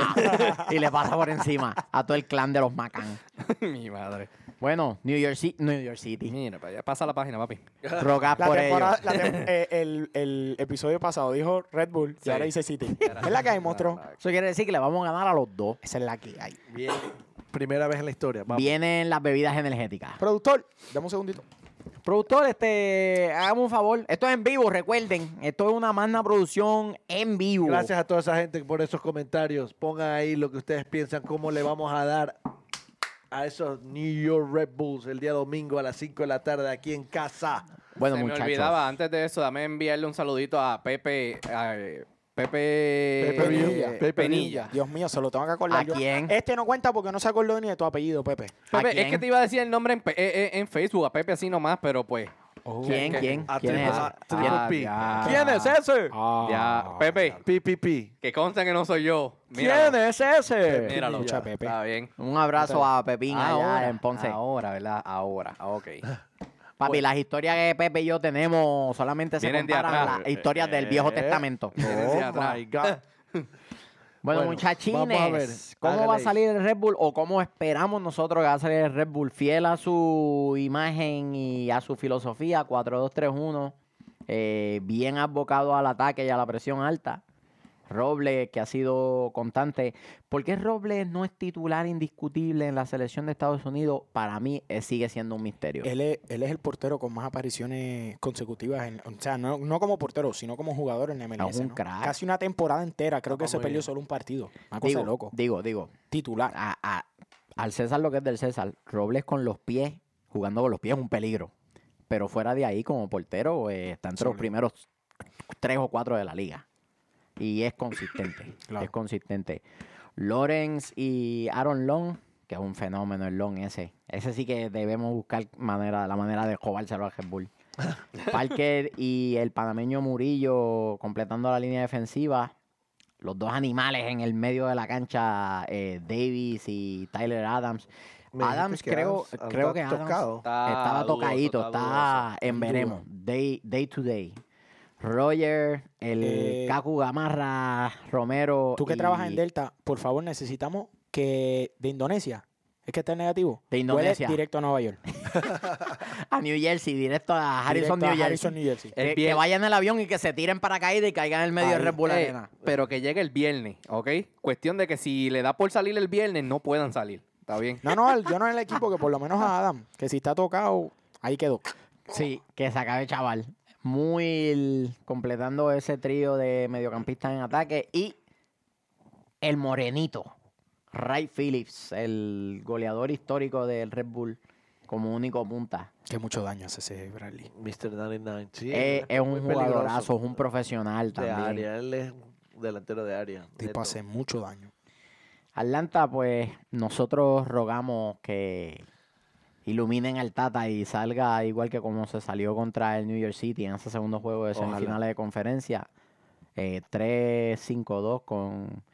A: y le pasa por encima a todo el clan de los Macan.
C: Mi madre.
A: Bueno, New York City, New York City.
C: Mira, pa- ya pasa la página, papi.
A: Roca
B: La
A: Ah, por ellos.
B: temporada- la tem- eh, el, el episodio pasado dijo Red Bull
C: Sí.
B: y ahora dice City. Es la que hay, monstruo.
A: Eso quiere decir que le vamos a ganar a los dos.
B: Esa es la que hay.
D: Bien. Primera vez en la historia. Vamos.
A: Vienen las bebidas energéticas.
B: Productor, dame un segundito.
A: Productor, este, hágame un favor. Esto es en vivo, recuerden. Esto es una magna producción en vivo.
D: Gracias a toda esa gente por esos comentarios. Pongan ahí lo que ustedes piensan, cómo le vamos a dar a esos New York Red Bulls el día domingo a las 5 de la tarde aquí en casa.
A: Bueno,
C: Se
A: muchachos.
C: me olvidaba, antes de eso, dame enviarle un saludito a Pepe. a, eh, Pepe.
D: Pepe
B: Villa.
C: eh,
D: Pepe
C: Penilla.
B: Dios mío, se lo tengo que acordar.
A: ¿A
B: yo.
A: quién?
B: Este no cuenta porque no se acordó ni de tu apellido, Pepe.
A: ¿A
C: Pepe, es
A: quién?
C: que te iba a decir el nombre en, pe- eh, eh, en Facebook, a Pepe así nomás, pero pues.
A: ¿Quién?
C: ¿Qué?
A: ¿Quién?
D: A
A: ¿Quién es
D: triple-
A: ese?
D: a triple
C: Ah,
D: P.
C: ya.
D: ¿Quién es ese?
A: Ah,
C: Ya, Pepe,
D: PPP.
C: que consta que no soy yo.
A: ¿Quién
C: Míralo,
A: es ese?
C: Míralo.
B: Escucha, Pepe.
C: Está bien.
A: Un abrazo a Pepín allá en Ponce.
C: Ahora, ¿verdad? Ahora. Ah, ok.
A: Papi, las historias que Pepe y yo tenemos solamente se
C: Vienen de
A: comparan
C: atrás.
A: a las historias del
D: Eh.
A: Viejo Testamento.
D: Oh
C: Vienen de atrás.
A: Bueno,
D: Bueno,
A: muchachines,
D: vamos a ver.
A: ¿cómo
D: Hágale
A: va a
D: ahí.
A: salir el Red Bull o cómo esperamos nosotros que va a salir el Red Bull fiel a su imagen y a su filosofía 4-2-3-1, eh, bien abocado al ataque y a la presión alta? Robles, que ha sido constante. ¿Por qué Robles no es titular indiscutible en la selección de Estados Unidos? Para mí eh, sigue siendo un misterio.
B: Él es, él es el portero con más apariciones consecutivas. en- o sea, no, no como portero, sino como jugador en la MLS.
A: Ah, un
B: ¿no?
A: crack. Ah,
B: Casi una temporada entera. Creo que
D: Vamos
B: se perdió
D: bien.
B: solo un partido. Una cosa
A: digo,
B: de loco.
A: digo, digo,
B: Titular.
A: a- a- al César lo que es del César, Robles con los pies, jugando con los pies es un peligro. Pero fuera de ahí, como portero, eh, está entre los
B: Sólido.
A: primeros tres o cuatro de la liga. Y es consistente.
B: Claro.
A: Es consistente. Lorenz y Aaron Long, que es un fenómeno el Long ese. Ese sí que debemos buscar manera, la manera de cobárselo al Red Bull. Parker y el panameño Murillo completando la línea defensiva. Los dos animales en el medio de la cancha, eh, Davis y Tyler Adams. Adams, creo, creo que Adams
D: tocado.
C: Está
A: estaba
C: dudoso,
A: tocadito, está, en
B: Sin duda.
A: veremos. Day, day to day. Roger, el
B: Eh,
A: Kaku Gamarra, Romero.
B: Tú que
A: y-
B: trabajas en Delta, por favor, necesitamos que de Indonesia. Es que está en negativo.
A: De
B: Vuele
A: Indonesia.
B: directo a Nueva York.
A: A New Jersey, directo a Harrison,
B: Directo
A: New
B: a
A: Jersey.
B: Harrison, New Jersey.
A: Que,
C: El
A: que
C: vier-
A: vayan en el avión y que se tiren paracaídas y caigan en el medio de
B: Ahí.
A: Red Bull
C: Eh,
A: Arena.
C: pero que llegue el viernes, ¿ok? Cuestión de que si le da por salir el viernes, no puedan salir. ¿Está bien?
B: No, no, al- yo no en el equipo, que por lo menos a Adam, que si está tocado, ahí quedó.
A: Sí, que se acabe chaval. Muy el- completando ese trío de mediocampistas en ataque y el morenito, Ray Phillips, el goleador histórico del Red Bull como único punta.
B: Que mucho daño hace ese Bradley.
D: Mr. 99. Sí,
A: Eh,
D: él
A: es un
D: muy peligroso.
A: jugadorazo, es un profesional
D: De
A: también.
D: área, él es un delantero de área.
B: Tipo
D: neto.
B: hace mucho daño.
A: Atlanta, pues nosotros rogamos que iluminen al Tata y salga igual que como se salió contra el New York City en ese segundo juego de
D: Ojalá.
A: semifinales de conferencia. Eh, 3-5-2 con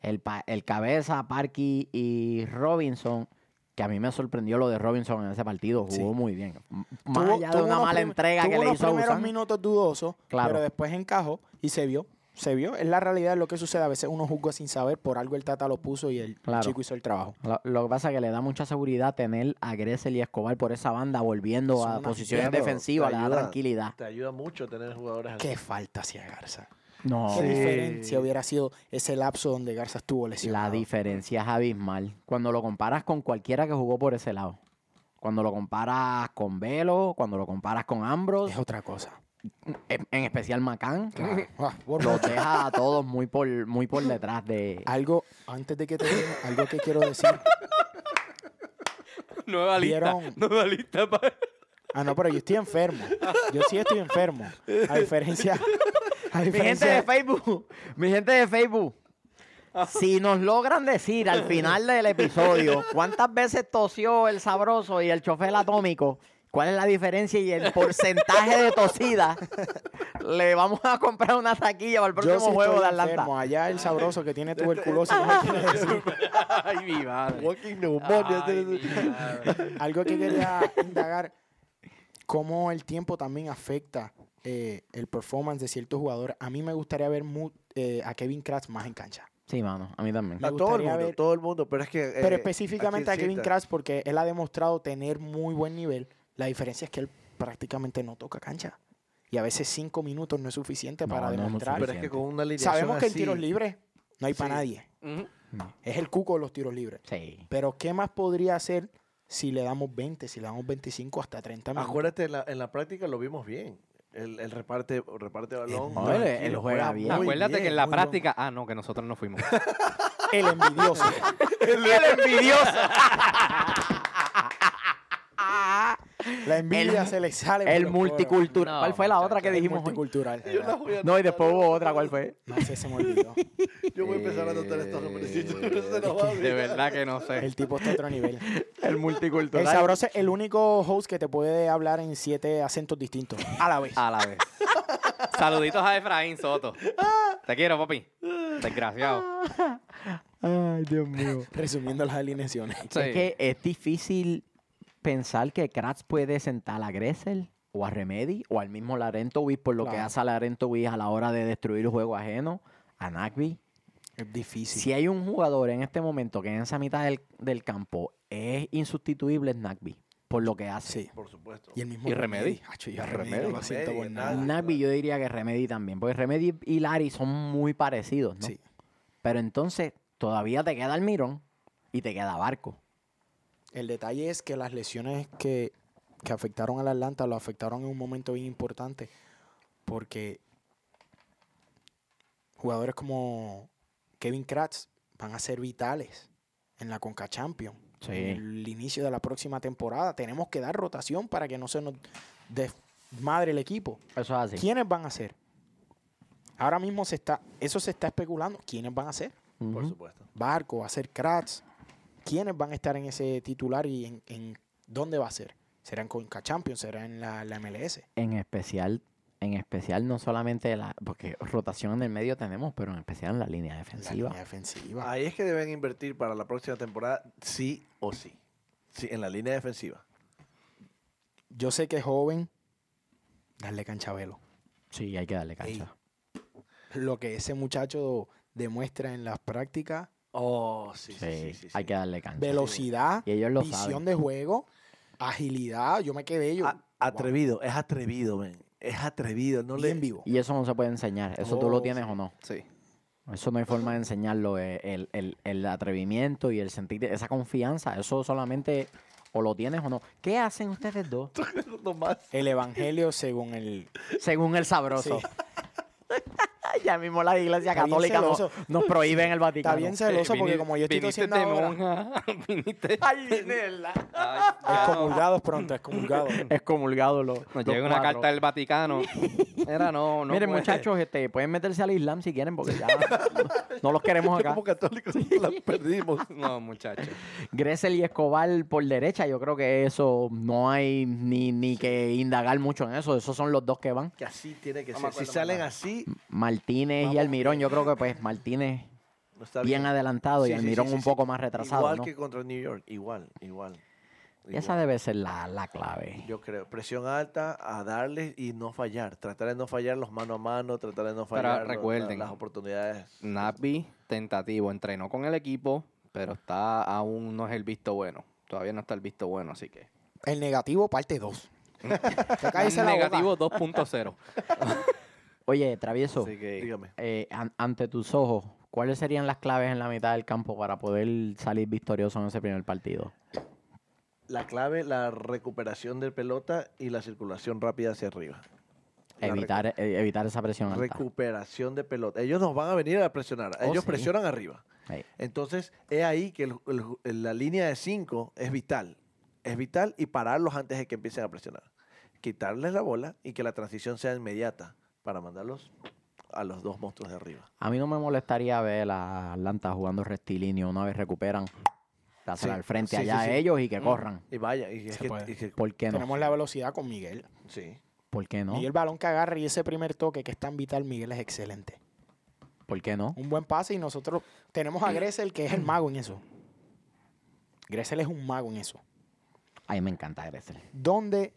A: el, pa- el Cabeza, Parky y Robinson. Que a mí me sorprendió lo de Robinson en ese partido. Jugó
B: Sí.
A: muy bien. M- Más
B: Tuvo-
A: allá de
B: tuvo
A: una
B: unos
A: mala
B: prim-
A: entrega
B: tuvo
A: que le
B: unos
A: hizo a
B: primeros
A: Guzmán.
B: minutos dudosos,
A: Claro.
B: pero después encajó y se vio. Se vio. Es la realidad de lo que sucede. A veces uno juzga sin saber, por algo el Tata lo puso y el
A: Claro.
B: chico hizo el trabajo.
A: Lo, lo que pasa es que le da mucha seguridad tener a Gressel y Escobar por esa banda volviendo
B: Son
A: a
B: unas
A: posiciones
D: Claro,
A: defensivas.
D: te
A: Le da
D: ayuda.
A: tranquilidad.
D: Te ayuda mucho tener jugadores así.
B: Qué falta hacía Garza.
A: No.
B: Qué
D: Sí.
B: diferencia hubiera sido ese lapso donde Garza estuvo lesionado.
A: La diferencia es abismal. Cuando lo comparas con cualquiera que jugó por ese lado. Cuando lo comparas con Velo, cuando lo comparas con Ambros,
B: es otra cosa.
A: en en especial Macán,
B: Ah, bueno,
A: los deja a todos muy por, muy por detrás de...
B: algo, antes de que termine, algo que quiero decir.
C: Nueva lista.
B: Vieron-
C: Nueva lista pa-
B: Ah, no, pero yo estoy enfermo. Yo sí estoy enfermo. A diferencia. A
A: Mi gente
B: diferencia
A: de Facebook, mi gente de Facebook, si nos logran decir al final del episodio cuántas veces tosió el sabroso y el chofer atómico, cuál es la diferencia y el porcentaje de tosida, le vamos a comprar una taquilla para el
B: yo
A: próximo
B: sí
A: juego
B: estoy
A: de Atlanta. Ah,
B: enfermo. Allá el sabroso que tiene tuberculosis. no me quiere decir.
C: Ay, mi madre.
D: Walking pneumonia.
C: Ay, mi madre.
B: Algo que quería indagar, cómo el tiempo también afecta eh, el performance de ciertos jugadores. A mí me gustaría ver mu- eh, a Kevin Kratz más en cancha.
D: Eh,
A: Sí, mano, a mí también.
B: Me
D: a todo el
B: gustaría
D: mundo,
B: ver-
D: todo el mundo. Pero es que. eh,
B: Pero específicamente a Kevin
D: Crash
B: Kratz porque él ha demostrado tener muy buen nivel. La diferencia es que él prácticamente no toca cancha. Y a veces cinco minutos no es suficiente
A: No,
B: para
A: no es muy
B: demostrar.
D: Pero es que con una línea.
B: Sabemos que en tiros libres no hay
D: Sí.
B: para nadie.
C: Ujú.
B: Es el cuco de los tiros libres.
A: Sí.
B: Pero ¿qué más podría hacer si le damos 20, si le damos 25 hasta 30 minutos?
D: Acuérdate, en la, en la práctica lo vimos bien. Él, él reparte, reparte balón.
A: No, él-
D: tranquilo,
A: él juega bien. Muy
C: Acuérdate que en la
D: muy bueno.
C: práctica. Ah, no, que nosotros no fuimos.
B: El envidioso.
A: ¡El envidioso!
B: La envidia
A: El-
B: se le sale. por
A: El
B: los poros.
A: multicultural.
C: No,
A: ¿Cuál fue la otra que
B: El
A: dijimos? hoy?
B: multicultural.
D: Yo la voy a
A: No, y después
D: anotar.
A: hubo otra, ¿cuál fue?
B: No sé, se me olvidó.
D: Yo voy a empezar a anotar estos nombrecitos.
C: Eh,
D: se los va a
C: De
D: olvidar.
C: verdad que no sé.
B: El tipo está a otro nivel.
A: El
B: El
A: multicultural.
B: sabroso es el único host que te puede hablar en siete acentos distintos a la vez.
C: A la vez. Saluditos a Efraín Soto. Te quiero, papi. Desgraciado.
A: Ay, Dios mío.
B: Resumiendo las alineaciones.
C: Sí.
A: Es que es difícil pensar que Kratz puede sentar a Gressel o a Remedy o al mismo Larentovic por lo que
B: Claro.
A: hace a Larentovic a la hora de destruir el juego ajeno, a Nagby.
B: Es difícil.
A: Si hay un jugador en este momento que en esa mitad del, del campo es insustituible, es Nagby, por lo que hace.
B: Sí.
D: Por supuesto.
B: Y el mismo.
C: ¿Y Remedy?
B: Acho, yo a Remedy no
D: Remedy,
B: lo siento por
D: Remedy,
B: nada.
D: nada.
A: Nagby yo diría que Remedy también, porque Remedy y Larry son muy parecidos, ¿no?
B: Sí.
A: Pero entonces todavía te queda Almirón y te queda Barco.
B: El detalle es que las lesiones que, que afectaron al Atlanta lo afectaron en un momento bien importante. Porque jugadores como Kevin Kratz van a ser vitales en la Conca Champions.
A: Sí.
B: En el inicio de la próxima temporada. Tenemos que dar rotación para que no se nos desmadre el equipo.
A: Eso es así.
B: ¿Quiénes van a ser? Ahora mismo se está, eso se está especulando. ¿Quiénes van a ser?
A: Ujú.
D: Por supuesto.
B: Barco, va a ser Kratz. ¿Quiénes van a estar en ese titular y en, en dónde va a ser? ¿Será en Conca Champions? ¿Será en la, la MLS?
A: En especial, en especial no solamente la, porque rotación en el medio tenemos, pero en especial en la línea
B: La
A: defensiva.
B: línea defensiva.
D: Ahí es que deben invertir para la próxima temporada, sí o sí. Sí, en la línea defensiva.
B: Yo sé que es joven. Darle canchabelo.
A: Sí, hay que darle cancha.
B: Lo que ese muchacho demuestra en las prácticas.
D: Oh, sí,
A: Sí, hay que darle cancha.
B: Velocidad,
A: Y ellos lo
B: visión
A: saben.
B: de juego, agilidad. Yo me quedé yo.
D: A- atrevido, es atrevido, men. Es atrevido. No
B: wow,
D: le
B: bien vivo.
A: Y eso no se puede enseñar. Eso tú lo
B: Oh,
A: tienes
B: sí.
A: o no.
C: Sí.
A: Eso no hay forma de enseñarlo. eh, El, el- el atrevimiento y el sentir de- esa confianza. Eso solamente o lo tienes o no. ¿Qué hacen ustedes dos?
D: no más.
B: El evangelio según el.
A: Según el sabroso.
B: Sí.
A: ya mismo la iglesia
B: Está bien
A: católica nos,
B: celoso.
A: nos prohíbe en el Vaticano.
B: Está bien celoso
C: Eh,
B: porque
C: vini-
B: como yo estoy
C: viniste
B: haciendo
C: de
B: ahora,
C: monja, viniste.
A: Ay, Nela.
C: Ay, ya.
B: excomulgados pronto, excomulgados.
A: Excomulgado lo- los
C: Nos llega una
A: cuatro.
C: carta del Vaticano. Era no, pues. no.
A: Miren,
C: puede.
A: muchachos, este, pueden meterse al Islam si quieren, porque ya no los queremos acá.
D: Como católicos la perdimos.
C: No, muchachos.
A: Gressel y Escobar por derecha, yo creo que eso no hay ni, ni que indagar mucho en eso. Esos son los dos que van.
D: Que así tiene que
C: No me
D: ser.
C: acuerdo,
D: si salen
C: me
D: así,
A: Martínez y
D: Vamos.
A: Almirón, yo creo que pues Martínez
D: no está
A: bien
D: bien.
A: adelantado
D: Sí,
A: y
D: sí,
A: Almirón
D: sí, sí,
A: un
D: sí.
A: poco más retrasado,
D: igual
A: ¿no?
D: que contra New York. Igual, igual.
A: Y esa
D: Igual.
A: debe ser la, la clave.
D: Yo creo. Presión alta a darle y no fallar. Tratar de no fallar los mano a mano. Tratar de no
C: Pero
D: fallar los-
C: recuerden,
D: las oportunidades.
C: Napi, tentativo, entrenó con el equipo, pero está aún no es el visto bueno. Todavía no está el visto bueno, así que.
B: El negativo parte 2. cállese la boca.
C: Negativo 2.0.
A: Oye, travieso,
C: Así que.
D: Dígame.
A: eh, an- ante tus ojos, ¿cuáles serían las claves en la mitad del campo para poder salir victorioso en ese primer partido?
D: La clave, la recuperación de pelota y la circulación rápida hacia arriba. La
A: Evitar, eh, evitar esa presión alta.
D: Recuperación de pelota. Ellos nos van a venir a presionar.
A: Oh,
D: Ellos
A: sí.
D: presionan arriba.
A: Ey.
D: Entonces, es ahí que el- el- el- la línea de 5 es vital. Es vital y pararlos antes de que empiecen a presionar. Quitarles la bola y que la transición sea inmediata para mandarlos a los dos monstruos de arriba.
A: A mí no me molestaría ver a Atlanta jugando rectilíneo una vez recuperan. Dásela
D: Sí,
A: al frente
D: sí,
A: allá
D: sí,
A: a
D: sí.
A: ellos y que
C: Mm.
A: corran.
D: Y vaya, y es
B: Se
D: que-
B: puede.
D: y que-
A: ¿Por qué no?
B: Tenemos la velocidad con Miguel.
D: sí.
A: ¿Por qué no?
B: Miguel balón que agarra y ese primer toque que es tan vital, Miguel es excelente.
A: ¿Por qué no?
B: Un buen pase y nosotros tenemos a Gressel que es el mago en eso. Gressel es un mago en eso.
A: A mí me encanta Gressel.
B: ¿Dónde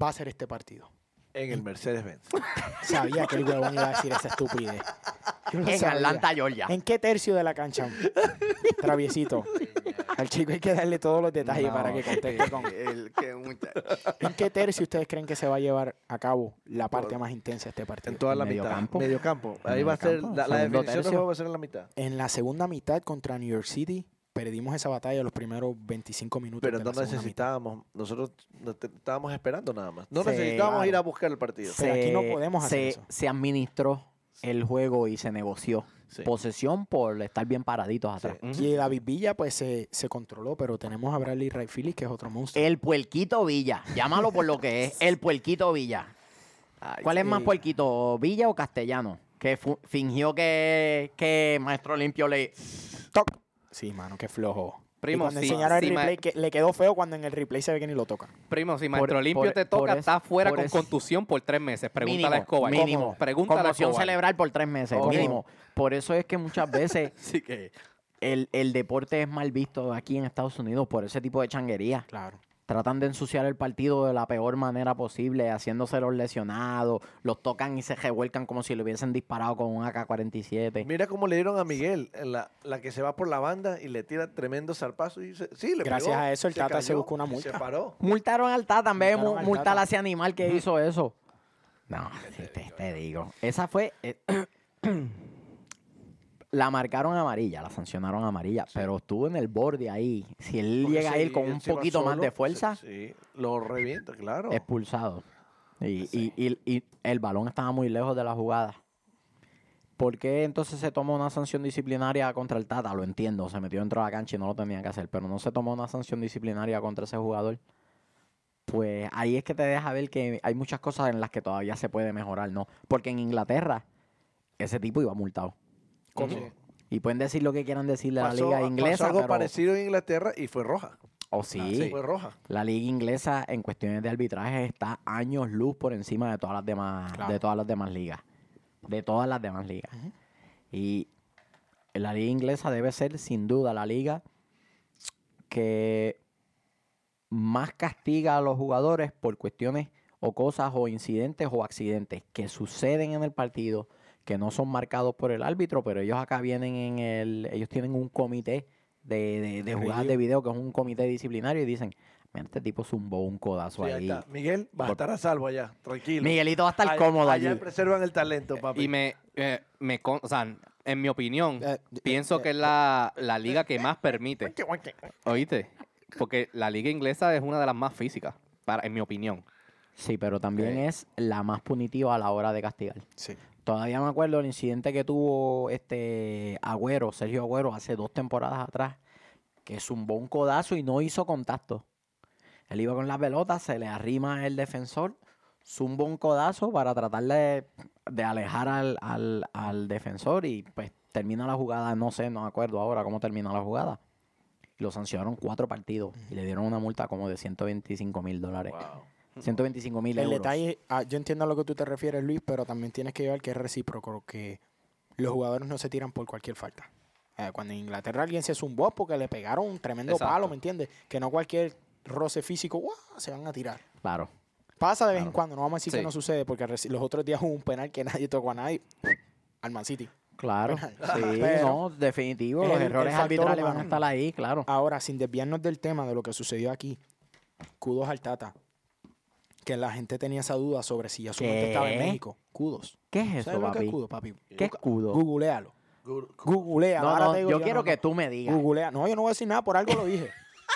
B: va a ser este partido?
D: En el Mercedes-Benz.
B: Sabía que el huevón iba a decir esa estupidez. Yo lo
A: En
B: sabía.
A: Atlanta, Georgia.
B: ¿En qué tercio de la cancha? Traviesito. Al chico hay que darle todos los detalles
A: No,
B: para que conteste con.
E: El que muchacho.
B: ¿En qué tercio ustedes creen que se va a llevar a cabo la parte más intensa de este
D: En
B: partido?
D: toda la
A: Medio
D: mitad.
A: campo.
D: Medio campo.
A: En
D: Ahí
A: medio
D: va a ser.
A: campo,
D: La, la
A: segundo
D: definición del
A: tercio.
D: juego va a ser en la mitad.
B: En la segunda mitad contra New York City perdimos esa batalla los primeros 25 minutos.
D: Pero
B: de
D: no
B: la segunda mitad.
D: necesitábamos. Nosotros no te- estábamos esperando nada más. No
A: Sí,
D: necesitábamos
B: claro.
D: ir a buscar el partido.
B: Sí. Pero aquí no podemos hacer
A: se,
B: eso.
A: se administró el juego y se negoció.
D: Sí.
A: Posesión por estar bien paraditos atrás.
D: Sí.
B: Y David Villa pues se, se controló, pero tenemos a Bradley Ray Phillips que es otro monstruo.
A: El puerquito Villa. Llámalo por lo que es. El puerquito Villa. ¿Cuál es más
B: sí.
A: puerquito? ¿Villa o castellano? Que fu- fingió que, que Maestro Limpio le...
B: Toc. Sí, mano, qué flojo.
C: Primo,
B: y cuando
C: sí,
B: enseñaron
C: sí,
B: el
C: ma-
B: replay, que le quedó feo cuando en el replay se ve que ni lo toca.
C: Primo, si
A: Por-
C: Maestro Limpio
A: por-
C: te
A: por
C: toca,
A: eso-
C: estás fuera
A: por
C: con
A: eso-
C: contusión por tres meses. Pregúntale a
A: mínimo,
C: Escobar.
A: Mínimo.
C: Pregúntale a
A: Conmoción
C: Escobar.
A: cerebral por tres meses.
C: Ok.
A: Mínimo. Por eso es que muchas veces
C: Así que,
A: el, el deporte es mal visto aquí en Estados Unidos por ese tipo de changuería.
B: Claro.
A: Tratan de ensuciar el partido de la peor manera posible, haciéndose los lesionados, los tocan y se revuelcan como si le hubiesen disparado con un AK-47.
D: Mira cómo le dieron a Miguel, en la, la que se va por la banda y le tira tremendo zarpazo. Y se- sí, le
B: Gracias
D: pegó,
B: a eso, el Tata se
D: cayó,
B: buscó una
D: y
B: multa.
D: Se paró.
A: Multaron al Tata en vez de
B: Multaron
A: mu-
B: al
A: multar
B: Tata.
A: a ese animal que hizo eso.
D: Ah,
A: No, te, te- te digo. Esa fue. eh, la marcaron amarilla, la sancionaron amarilla, pero estuvo en el borde ahí. Si él
D: Porque
A: llega a
D: si
A: ir con
D: él
A: un
D: se va
A: poquito más
D: solo,
A: de
D: se-
A: fuerza,
D: Sí, lo revienta, claro.
A: expulsado. Y, y- y- y el balón estaba muy lejos de la jugada. ¿Por qué entonces se tomó una sanción disciplinaria contra el Tata? Lo entiendo, se metió dentro de la cancha y no lo tenía que hacer, pero no se tomó una sanción disciplinaria contra ese jugador. Pues ahí es que te deja ver que hay muchas cosas en las que todavía se puede mejorar, ¿no? Porque en Inglaterra ese tipo iba multado.
D: ¿Cómo?
A: Y pueden decir lo que quieran decirle a la
D: Pasó-
A: liga
D: pasó
A: inglesa,
D: algo
A: pero...
D: parecido en Inglaterra y fue roja.
A: O sí.
D: Fue roja.
A: La liga inglesa en cuestiones de arbitraje está años luz por encima de todas las demás,
B: Claro.
A: de todas las demás ligas. De todas las demás ligas.
B: Ujú.
A: Y la liga inglesa debe ser sin duda la liga que más castiga a los jugadores por cuestiones o cosas o incidentes o accidentes que suceden en el partido que no son marcados por el árbitro, pero ellos acá vienen en el, ellos tienen un comité de, de, de jugadas de
B: Review.
A: video que es un comité disciplinario y dicen, mira, este tipo zumbó un
D: Sí,
A: codazo
D: ahí
A: ahí.
D: está. Miguel va a
A: Por-
D: estar a salvo allá, tranquilo.
A: Miguelito va a estar
D: Allá-
A: cómodo
D: allá
A: allí.
D: preservan el talento, papi.
C: y me, eh, me con- o sea, en mi opinión,
B: Eh,
C: pienso que es la, la liga que más permite. ¿Oíste? Porque la liga inglesa es una de las más físicas, para, en mi opinión.
A: Sí, pero también
C: Ok.
A: es la más punitiva a la hora de castigar.
B: Sí.
A: Todavía me acuerdo el incidente que tuvo este Agüero, Sergio Agüero, hace dos temporadas atrás, que zumbó un codazo y no hizo contacto. Él iba con la pelota, se le arrima el defensor, zumba un codazo para tratar de, de alejar al, al- al defensor y pues termina la jugada, no sé, no me acuerdo ahora cómo termina la jugada. Lo sancionaron cuatro partidos y le dieron una multa como de 125 mil dólares.
D: Wow.
A: 125 mil
B: El
A: euros.
B: detalle, ah, yo entiendo a lo que tú te refieres, Luis, pero también tienes que llevar que es recíproco, que los jugadores no se tiran por cualquier falta. Eh, cuando en Inglaterra alguien se zumbó porque le pegaron un tremendo
C: Exacto.
B: palo, ¿me entiendes? Que no cualquier roce físico, ¡guau! se van a tirar.
A: Claro.
B: Pasa de vez en
A: Claro.
B: cuando, no vamos a decir que
C: Sí.
B: no sucede, porque reci- los otros días hubo un penal que nadie tocó a nadie. Al Man City.
A: Claro, sí,
B: Pero-
A: no, definitivo,
B: Es
A: los
B: el- el
A: errores
B: factor
A: arbitrales van a
B: humano.
A: estar ahí, claro.
B: Ahora, sin desviarnos del tema de lo que sucedió aquí, kudos al Tata. Que la gente tenía esa duda sobre si Yasumente
A: ¿Qué?
B: estaba en México. Kudos.
A: ¿Qué es
B: ¿Sabes
A: eso,
B: lo que es
A: papi?
B: kudos, papi?
A: ¿Qué escudo?
B: Googlealo.
D: Gur-
B: Googlea.
A: No,
B: ahora
A: no,
B: te digo
A: yo
B: no,
A: quiero
B: no.
A: que tú me digas.
B: Googlea. No, yo no voy a decir nada, por algo lo dije.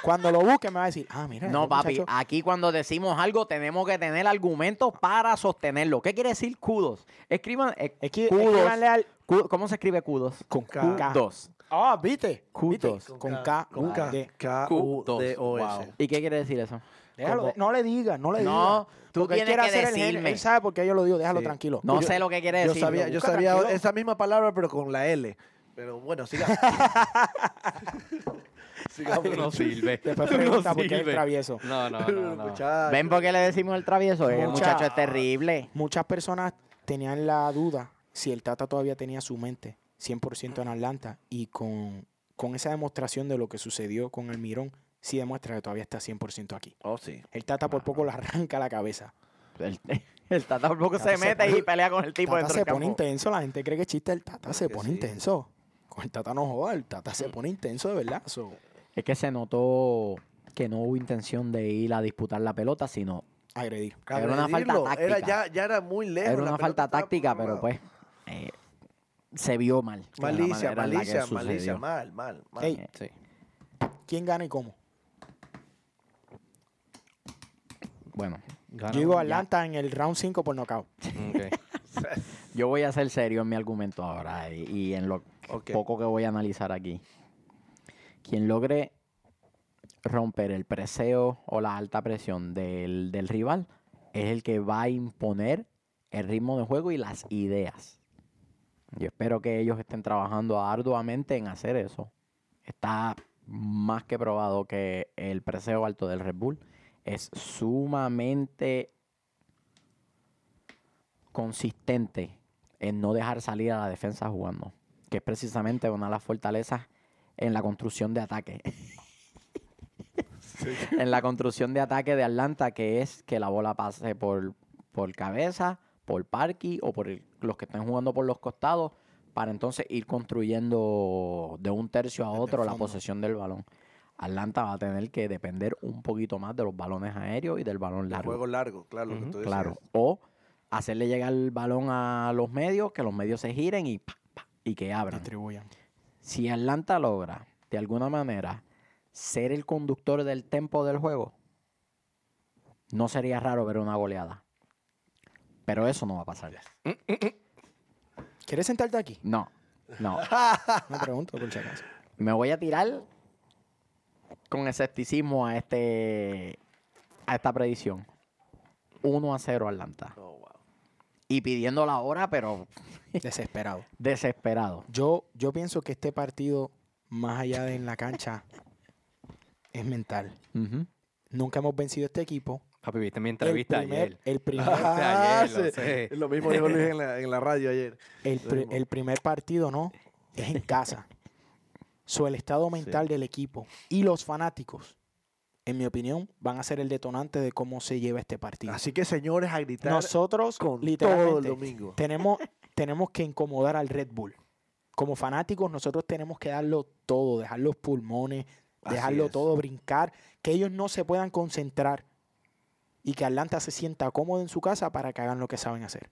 B: Cuando lo busque me va a decir, ah, mira.
A: No,
B: ese
A: papi,
B: muchacho-
A: aquí cuando decimos algo tenemos que tener argumentos para sostenerlo. ¿Qué quiere decir kudos? Escriban eh,
B: Es que
A: kudos.
B: escríbanle al-
A: Ku- ¿Cómo se escribe kudos? Con
D: K.
A: Kudos.
B: Ah, ¿viste? ¿Viste?
A: Kudos.
B: Con K.
D: Con K.
B: D.
D: K-U-D-O-S.
C: Wow.
A: ¿Y qué quiere decir eso?
B: Déjalo,
A: Como-
B: no le digas, no le digas.
A: No, tú
B: Porque él
A: tienes
B: quiere
A: que
B: hacer el gen-
A: decirme.
B: él sabe por qué yo lo digo, déjalo
D: Sí.
B: tranquilo.
A: No
B: Yo-
A: sé lo que quiere
D: Yo
A: decir.
D: sabía, yo
B: busca,
D: sabía
B: tranquilo.
D: esa misma palabra, pero con la L. Pero bueno, siga. Sigamos.
C: Tú no sirve.
B: Después
C: Tú no
B: pregunta por qué es
C: sirve.
B: travieso.
C: No, no, no. no.
D: Muchacho.
A: ¿Ven por qué le decimos el travieso? El
B: Mucha-
A: muchacho es terrible.
B: Muchas personas tenían la duda si el Tata todavía tenía su mente 100% en Atlanta y con, con esa demostración de lo que sucedió con Almirón, sí demuestra que todavía está 100% aquí.
D: Oh, sí.
B: El Tata por poco le arranca la cabeza.
A: El, el tata tampoco
B: Tata
A: se
B: se
A: mete
B: pone-
A: y pelea con pues, el tipo
B: tata
A: dentro
B: se
A: del
B: pone
A: campo.
B: intenso, la gente cree que es chiste el Tata, se
D: que
B: pone
D: sí.
B: intenso. Con el Tata no joda, el Tata se pone intenso de verdad. So,
A: Es que se notó que no hubo intención de ir a disputar la pelota, sino
B: agredir.
A: Era una falta
D: Agredirlo. Era-
A: táctica.
D: ya, ya era muy lejos.
A: era
D: la
A: una
D: pelota
A: falta
D: estaba
A: táctica, pero
D: programada.
A: pues eh, se vio mal. de la
D: Malicia,
A: manera en la que
D: malicia,
A: sucedió.
D: malicia. Mal, mal, mal.
B: Ey,
C: Sí.
B: ¿Quién gana y cómo?
A: Bueno,
B: Yo digo Atlanta en el round 5 por nocaut.
C: Ok.
A: yo voy a ser serio en mi argumento ahora y, y en lo
D: Ok.
A: poco que voy a analizar aquí. Quien logre romper el preseo o la alta presión del, del rival es el que va a imponer el ritmo de juego y las ideas. Yo espero que ellos estén trabajando arduamente en hacer eso. Está más que probado que el preseo alto del Red Bull es sumamente consistente en no dejar salir a la defensa jugando, que es precisamente una de las fortalezas en la construcción de ataque. en la construcción de ataque de Atlanta, que es que la bola pase por, por cabeza, por parky o por el- los que estén jugando por los costados, para entonces ir construyendo de un tercio a
B: Desde el
A: otro la
B: fondo.
A: posesión del balón. Atlanta va a tener que depender un poquito más de los balones aéreos y del balón
D: El
A: largo.
D: juego largo, claro, lo que
C: Ujú,
D: tú
A: Claro.
D: decías.
A: O hacerle llegar el balón a los medios, que los medios se giren y, pa, pa, y que abran.
B: Distribuyan.
A: Si Atlanta logra, de alguna manera, ser el conductor del tempo del juego, no sería raro ver una goleada. Pero eso no va a pasar.
B: ¿Quieres sentarte aquí?
A: No, no.
B: Me pregunto por si acaso.
A: Me voy a tirar con escepticismo a este a esta predicción. 1 a 0 Atlanta.
D: Oh, wow.
A: Y pidiendo la hora, pero
B: Desesperado.
A: desesperado.
B: Yo, yo pienso que este partido, más allá de en la cancha, es mental.
A: Ujú.
B: Nunca hemos vencido a este equipo.
C: Papi, viste mi
B: El
C: entrevista
B: primer,
C: ayer.
B: el, primer,
D: Ah,
C: ayer, lo
D: sí.
C: sé.
D: Lo mismo dijo Luis en la, en la radio ayer.
B: el, pri- el primer partido, ¿no? Es en casa. So, el estado mental del equipo y los fanáticos, en mi opinión, van a ser el detonante de cómo se lleva este partido.
D: Así que, señores, a gritar
B: Nosotros,
D: con todo el
B: literalmente,
D: domingo.
B: tenemos, tenemos que incomodar al Red Bull. Como fanáticos, nosotros tenemos que darlo todo, dejar los pulmones,
D: Así
B: dejarlo
D: es.
B: todo, brincar, que ellos no se puedan concentrar y que Atlanta se sienta cómodo en su casa para que hagan lo que saben hacer.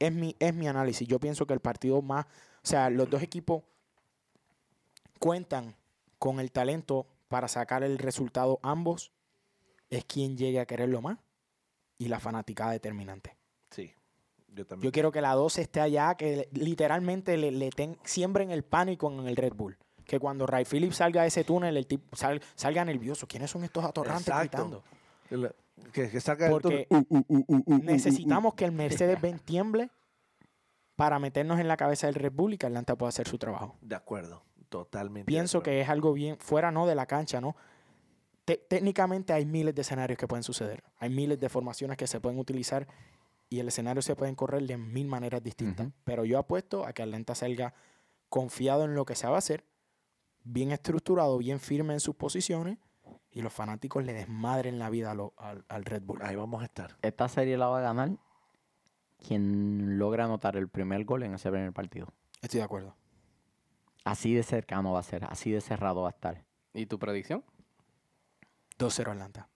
B: Es mi, es mi análisis. Yo pienso que el partido más, o sea, los dos equipos cuentan con el talento para sacar el resultado ambos. Es quien llegue a quererlo más y la fanaticada determinante.
D: Sí, yo también.
B: Yo quiero que la 12 esté allá, que le- literalmente le, le ten- siembren el pánico en el Red Bull. Que cuando Ray Phillips salga de ese túnel, el tipo sal- salga nervioso. ¿Quiénes son estos atorrantes
D: Exacto.
B: gritando?
D: La- Que, que saca el
B: Porque
D: turno. Uh, uh, uh, uh, uh, uh, uh.
B: Necesitamos que el Mercedes Benz tiemble para meternos en la cabeza del Red Bull y que Atlanta pueda hacer su trabajo.
D: De acuerdo, totalmente. de
B: Pienso
D: acuerdo.
B: que es algo bien fuera no de la cancha, ¿no? Te- técnicamente hay miles de escenarios que pueden suceder. Hay miles de formaciones que se pueden utilizar y el escenario se pueden correr de mil maneras distintas.
A: Ujú.
B: Pero yo apuesto a que Atlanta salga confiado en lo que se va a hacer, bien estructurado, bien firme en sus posiciones y los fanáticos le desmadren la vida a lo- al, al Red Bull.
D: Ahí vamos a estar.
A: esta serie la va a ganar quien logra anotar el primer gol en ese primer partido.
B: Estoy de acuerdo.
A: Así de cercano va a ser, así de cerrado va a estar.
C: ¿Y tu predicción?
B: 2-0 Atlanta.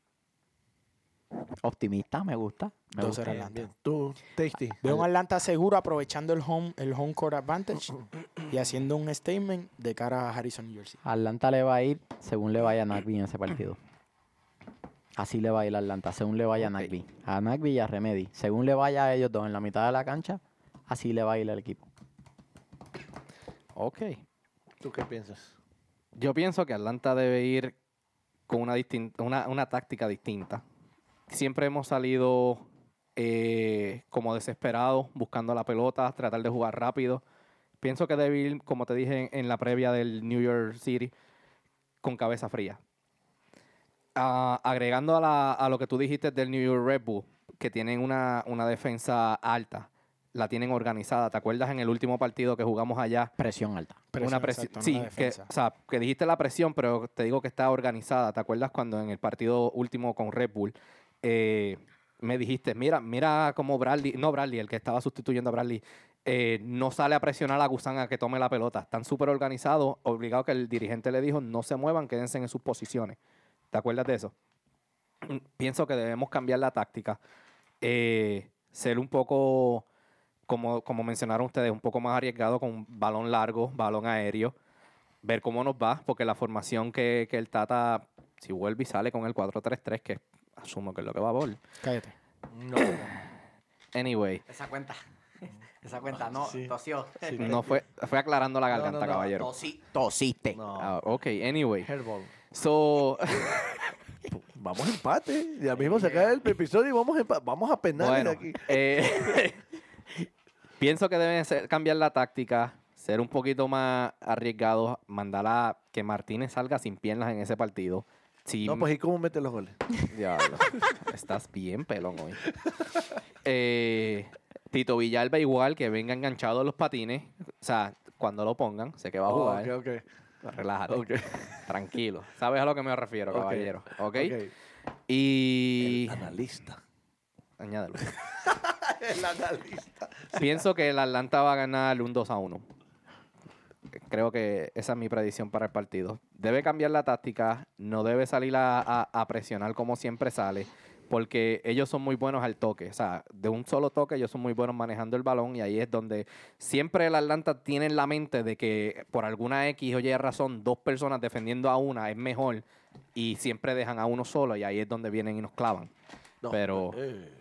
A: Optimista, me gusta. Me
B: Dos
A: gusta.
B: Para
D: Bien,
B: Atlanta.
D: bien. Tú, Tasty.
B: Veo un Atlanta seguro aprovechando el home, el home court advantage y haciendo un statement de cara a Harrison New Jersey.
A: Atlanta le va a ir según le vaya a Nagby en ese partido. Así le va a ir a Atlanta, según le vaya a Nagby. A Nagby y a Remedy. Según le vaya a ellos dos en la mitad de la cancha, así le va a ir al equipo.
C: Ok.
D: ¿Tú qué piensas?
C: Yo pienso que Atlanta debe ir con una, distin- una, una táctica distinta. Siempre hemos salido eh, como desesperados, buscando la pelota, tratar de jugar rápido. Pienso que debe ir, como te dije en, en la previa del New York City, con cabeza fría. Ah, agregando a, la- a lo que tú dijiste del New York Red Bull, que tienen una, una defensa alta, la tienen organizada. ¿Te acuerdas en el último partido que jugamos allá?
A: Presión alta.
B: Presión,
C: una presión.
B: exacto, no
C: sí,
B: la
C: que,
B: defensa.
C: o sea, que dijiste la presión, pero te digo que está organizada. ¿Te acuerdas cuando en el partido último con Red Bull eh, me dijiste, mira, mira cómo Bradley, no Bradley, el que estaba sustituyendo a Bradley, eh, no sale a presionar a Gusán a que tome la pelota. Están súper organizados, obligados que el dirigente le dijo, no se muevan, quédense en sus posiciones. ¿Te acuerdas de eso? Mm, Pienso que debemos cambiar la táctica. eh, ser un poco como, como mencionaron ustedes, un poco más arriesgado con balón largo, balón aéreo. Ver cómo nos va, porque la formación que, que el Tata, si vuelve y sale con el 4-3-3, que asumo que es lo que va a vol.
B: Cállate.
D: No.
C: Anyway,
A: Esa cuenta. Esa cuenta, no, tosió.
C: no fue, fue aclarando la
D: No, no,
C: garganta,
D: no,
C: caballero.
A: tosiste.
C: Ah, ok, anyway.
D: Hairball.
C: So,
D: Vamos a empate. Ya mismo se acaba el episodio y vamos a, empa- vamos a penales
C: Bueno,
D: aquí.
C: eh, pienso que deben ser- cambiar la táctica, ser un poquito más arriesgados, mandar a que Martínez salga sin piernas en ese partido. Si
D: No, pues ¿y cómo mete los goles?
C: Diablo. Estás bien pelón hoy. Eh, Tito Villalba igual, que venga enganchado a los patines. O sea, cuando lo pongan, sé que va a jugar.
D: ok, ok.
C: Relájate.
D: Ok.
C: Tranquilo. ¿Sabes a lo que me refiero,
D: Ok.
C: caballero? ¿Ok?
D: Ok.
C: Y...
D: El analista.
C: Añádelo.
D: El analista.
C: Pienso que el Atlanta va a ganar un 2 a 1. Creo que esa es mi predicción para el partido. Debe cambiar la táctica, no debe salir a, a- a presionar como siempre sale, porque ellos son muy buenos al toque. O sea, de un solo toque ellos son muy buenos manejando el balón y ahí es donde siempre el Atlanta tiene en la mente de que por alguna X o Y razón dos personas defendiendo a una es mejor y siempre dejan a uno solo y ahí es donde vienen y nos clavan.
D: No,
C: Pero-
D: eh,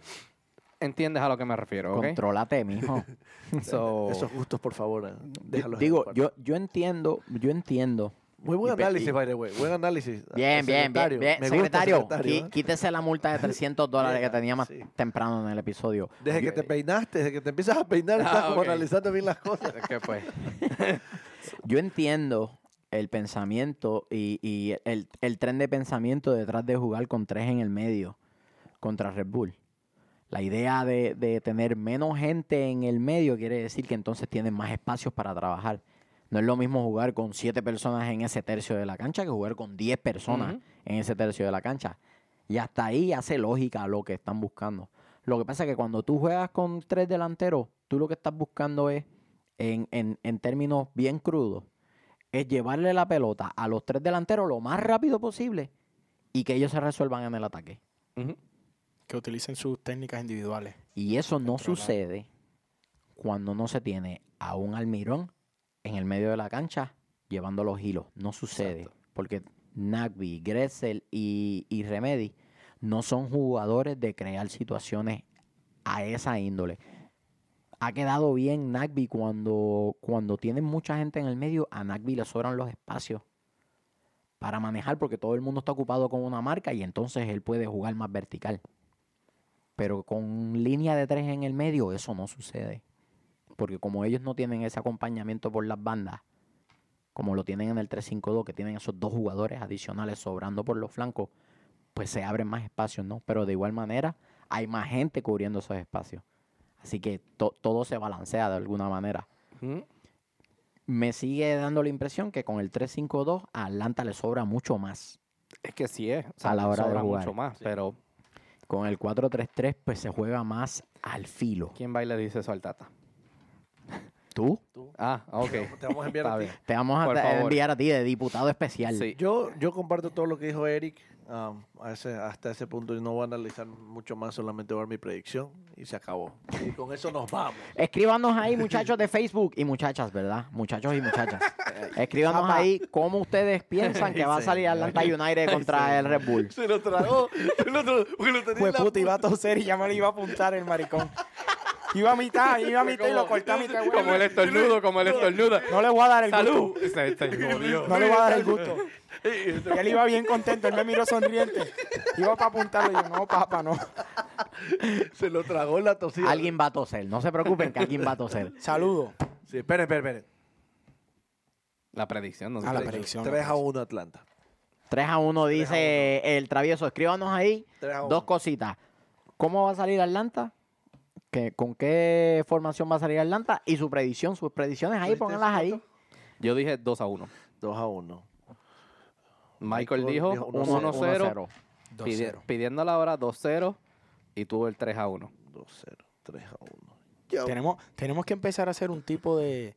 C: ¿Entiendes a lo que me refiero? ok?
A: Contrólate, mijo.
C: So-
D: Esos gustos, por favor. eh, Déjalos en el
A: Digo,
D: cuarto.
A: yo, yo entiendo, yo entiendo.
D: Muy buen
A: y pe-
D: análisis,
A: y-
D: by the way. Buen análisis.
A: Bien,
D: El
A: bien, bien,
D: secretario.
A: bien.
D: Me gusta el
A: Secretario,
D: secretario,
A: qui-
D: ¿eh?
A: quítese la multa de 300 dólares que
D: Mira,
A: tenía más
D: sí.
A: temprano en el episodio.
D: Desde que te peinaste, desde que te empiezas a peinar,
C: Ah,
D: estás como
C: ok.
D: analizando bien las cosas.
C: Es que, pues,
A: Yo entiendo el pensamiento y, y el, el tren de pensamiento detrás de jugar con tres en el medio contra Red Bull. La idea de, de tener menos gente en el medio quiere decir que entonces tienen más espacios para trabajar. No es lo mismo jugar con siete personas en ese tercio de la cancha que jugar con 10 personas
C: Ujú.
A: en ese tercio de la cancha. Y hasta ahí hace lógica lo que están buscando. Lo que pasa es que cuando tú juegas con tres delanteros, tú lo que estás buscando es, en, en- en términos bien crudos, es llevarle la pelota a los tres delanteros lo más rápido posible y que ellos se resuelvan en el ataque.
C: ujú.
B: Que utilicen sus técnicas individuales.
A: Y eso no
B: Controlar.
A: sucede cuando no se tiene a un almirón en el medio de la cancha llevando los hilos. No sucede.
C: Exacto.
A: Porque Nagby, Gressel y, y Remedy no son jugadores de crear situaciones a esa índole. Ha quedado bien Nagby cuando, cuando tienen mucha gente en el medio, a Nagby le sobran los espacios para manejar porque todo el mundo está ocupado con una marca y entonces él puede jugar más vertical. Pero con línea de tres en el medio eso no sucede. Porque como ellos no tienen ese acompañamiento por las bandas, como lo tienen en el 3-5-2, que tienen esos dos jugadores adicionales sobrando por los flancos, pues se abren más espacios, ¿no? Pero de igual manera hay más gente cubriendo esos espacios. Así que to- todo se balancea de alguna manera
C: Ujú.
A: me sigue dando la impresión que con el 3-5-2 a Atlanta le sobra mucho más.
C: Es que sí es. O
A: A la
C: nos
A: hora de
C: sobra
A: jugar.
C: mucho más, pero
A: Con el 4-3-3 pues se juega más al filo.
C: ¿quién va y le dice eso al Tata?
A: Tú
C: Ah, ok.
D: Te vamos a enviar
C: Está
D: a ti.
C: bien.
A: te vamos a
C: Por
A: ta-
C: favor.
A: enviar a ti de diputado especial.
C: Sí.
D: Yo, yo comparto todo lo que dijo Eric. Um, a ese- hasta ese punto yo no voy a analizar mucho más, solamente voy a dar mi predicción y se acabó. Y con eso nos vamos.
A: Escríbanos ahí, muchachos de Facebook y muchachas, ¿verdad? Muchachos y muchachas. Escríbanos
B: Papá.
A: ahí cómo ustedes piensan que va a
D: Sí.
A: salir Atlanta United contra el Red Bull.
D: Se lo tragó. El otro, porque lo tenía en
B: Pues
D: la
B: puta,
D: punta.
B: iba a toser y ya me lo iba a apuntar el maricón. Iba a mitad, iba a mitad y lo corté a mitad,
C: Como el
B: güey.
C: estornudo, como el estornudo.
B: No le voy a dar el gusto.
C: ¡Salud! Se, se jodió.
B: No le voy a dar el gusto. Y él iba bien contento, él me miró sonriente. Iba para apuntarlo y yo, no, papá, no.
D: Se lo tragó la tosida.
A: Alguien va a toser, no se preocupen que alguien va a toser.
B: Saludo.
D: Sí, esperen, esperen, esperen.
C: La predicción, no sé.
B: A la
C: qué
B: predicción. pues.
C: dice.
D: 3 a 1 Atlanta.
A: 3 a 1 dice el travieso. Escríbanos ahí
D: 3 a 1.
A: dos cositas. ¿Cómo va a salir Atlanta? ¿Qué- ¿Con qué formación va a salir Atlanta? Y su predicción, sus predicciones ahí,
D: ¿Tuviste
A: pónganlas
D: ese
A: ahí.
D: dato?
C: Yo dije 2 a 1.
D: 2 a 1.
C: Michael
D: Michael
C: dijo
D: dijo
A: 1
C: 1-0,
A: 0.
C: pidi- pidiendo la hora 2-0 y tuvo el 3 a 1.
D: 2 0. 3 a 1. Yo.
B: Tenemos, tenemos que empezar a hacer un tipo de.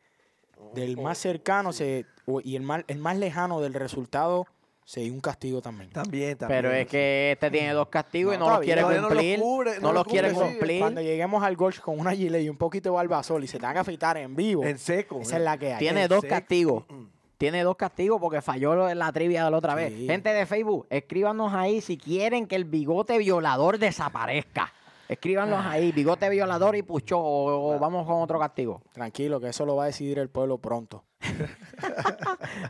A: Oh,
B: Del más cercano se, o- y el más, el más lejano del resultado, se dio un castigo también.
D: También, también.
A: Pero es que este tiene dos castigos y
B: No,
A: no los
B: todavía
A: quiere
D: todavía no los
A: cumplir.
D: cubre, no
A: No
D: los
A: los quiere
D: cubre, sí.
B: Cuando
A: cumplir.
B: lleguemos al golf con una gilet y un poquito de barbasol y se te van a afeitar en vivo,
D: En seco.
B: esa es la que hay. Eh,
A: Tiene dos
D: seco.
A: castigos.
D: mm.
A: Tiene dos castigos porque falló lo de la trivia de la otra vez.
B: Sí.
A: Gente de Facebook, escríbanos ahí si quieren que el bigote violador desaparezca. Escríbanos
D: Ah.
A: ahí, bigote violador y pucho, o, o vamos con otro castigo.
B: Tranquilo, que eso lo va a decidir el pueblo pronto.
A: Vamos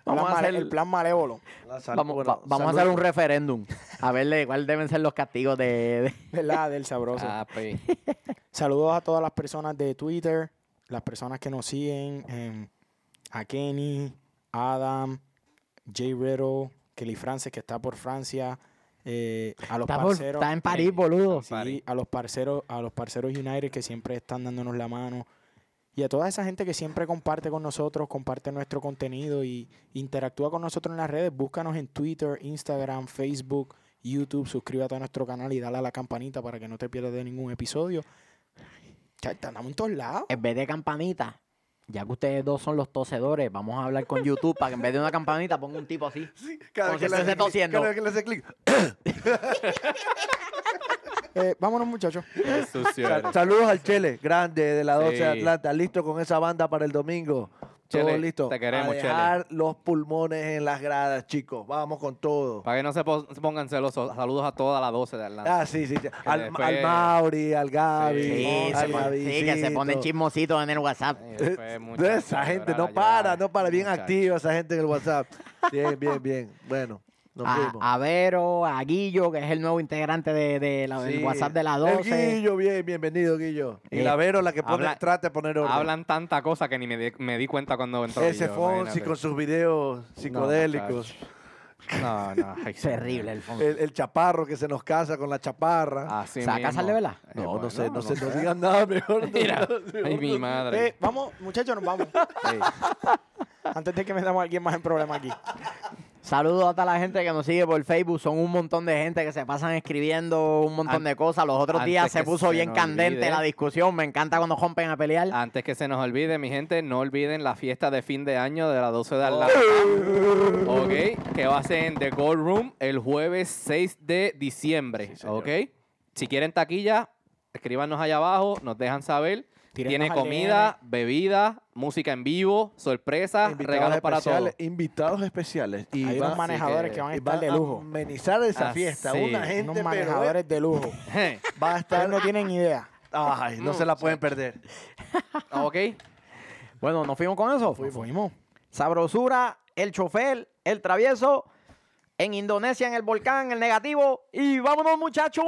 B: Plan
A: a
B: male-
A: hacer-
B: el plan malévolo.
D: La sal-
A: Vamos,
D: bueno,
A: va- vamos a
D: salud.
A: hacer un referéndum. A ver de cuáles deben ser los castigos de.
B: ¿Verdad? Del sabroso.
A: Ah, pues.
B: Saludos a todas las personas de Twitter, las personas que nos siguen, em, a Kenny, Adam, Jay Riddle, Kelly Frances, que está por Francia, eh, a los
A: Está, por-
B: parceros.
A: está en París, boludo.
B: sí, a los parceros, a los parceros United que siempre están dándonos la mano. Y a toda esa gente que siempre comparte con nosotros, comparte nuestro contenido y interactúa con nosotros en las redes. Búscanos en Twitter, Instagram, Facebook, YouTube. Suscríbete a nuestro canal y dale a la campanita para que no te pierdas de ningún episodio. Ya está, andamos en todos lados.
A: En vez de campanita, ya que ustedes dos son los tosedores, vamos a hablar con YouTube para que en vez de una campanita ponga un tipo así.
D: Sí, cada
A: Como
D: vez que
A: si
D: le
A: estuviese
D: hace
A: tosiendo.
D: clic, cada vez que le hace clic.
B: Eh, vámonos, muchachos.
D: Sal- Saludos al Chele, grande de la 12 de
C: Sí.
D: Atlanta, listo con esa banda para el domingo. Todo
C: Chele,
D: listo.
C: te queremos,
D: A dejar los pulmones en las gradas, chicos. Vamos con todo.
C: Para que no se po- se pongan celosos, saludos a toda la 12 de Atlanta.
D: Ah, sí, sí. sí. Al,
C: después-
D: al Mauri, al Gaby,
C: Sí,
A: Sí,
D: al
A: se pone- sí, que se
D: Gabycito.
A: ponen chismositos en el WhatsApp.
C: Eh,
D: Eh,
C: fue mucho
D: de esa
C: llorar,
D: gente no
C: llorar,
D: para, no para. Bien
C: muchacho.
D: activa esa gente en el WhatsApp. Bien, bien, bien. Bueno, nos
A: A,
D: vimos.
A: a Vero, a Guillo, que es el nuevo integrante de, de la, del
D: Sí.
A: ah, WhatsApp de la
D: El
A: 12.
D: Guillo, bien, bienvenido, Guillo. Y
A: Eh,
D: la Vero, la que pone,
C: habla-
D: trata de poner orden.
C: Hablan tanta cosa que ni me di, me di cuenta cuando entró.
D: Ese
C: Guillo,
D: Fonsi
C: imagínate.
D: con sus videos psicodélicos.
C: No, no. ay,
A: Terrible el fondo.
D: El, el chaparro que se nos casa con la chaparra.
C: Así
A: ¿Se va a casar
C: mismo.
A: de verdad?
C: Eh,
D: no, no
C: bueno,
D: sé, no, sé, no digan nada mejor. no
C: Mira,
D: digan nada
C: ay,
D: mejor.
C: mi madre.
B: Eh, vamos, muchachos, nos vamos. Antes de que metamos a alguien más en problema aquí.
A: Saludos a toda la gente que nos sigue por Facebook. Son un montón de gente que se pasan escribiendo un montón
C: An-
A: de cosas. Los otros
C: antes
A: días se
C: que
A: puso
C: se
A: bien
C: nos
A: candente
C: olvide. Ah,
A: la discusión. Me encanta cuando rompen a pelear.
C: Antes que se nos olvide, mi gente, no olviden la fiesta de fin de año de la 12 de Atlanta. ok, que va a ser en The Gold Room el jueves 6 de diciembre.
D: Sí, señor.
C: ok, si quieren taquilla, escríbanos allá abajo, nos dejan saber.
B: Tírennos
C: Tiene
B: al
C: comida, bebida, música en vivo, sorpresas, regalos para todos.
D: especiales, invitados especiales. Y
B: Hay
D: va-
B: unos manejadores
C: que-
B: que van a
D: y
B: estar
D: van
B: de
D: a
B: lujo.
D: amenizar esa
C: Ah,
D: fiesta.
C: sí.
D: Una gente,
B: Unos
D: pero, eh,
B: manejadores de lujo.
D: va a
B: Ustedes
D: estar...
B: no tienen idea.
D: Ay, no
C: Mm,
D: se la pueden perder.
C: ok,
A: Bueno, nos fuimos con eso.
B: Nos fuimos.
A: Sabrosura, el chofer, el travieso. En Indonesia, en el volcán, el negativo. Y vámonos, muchachos.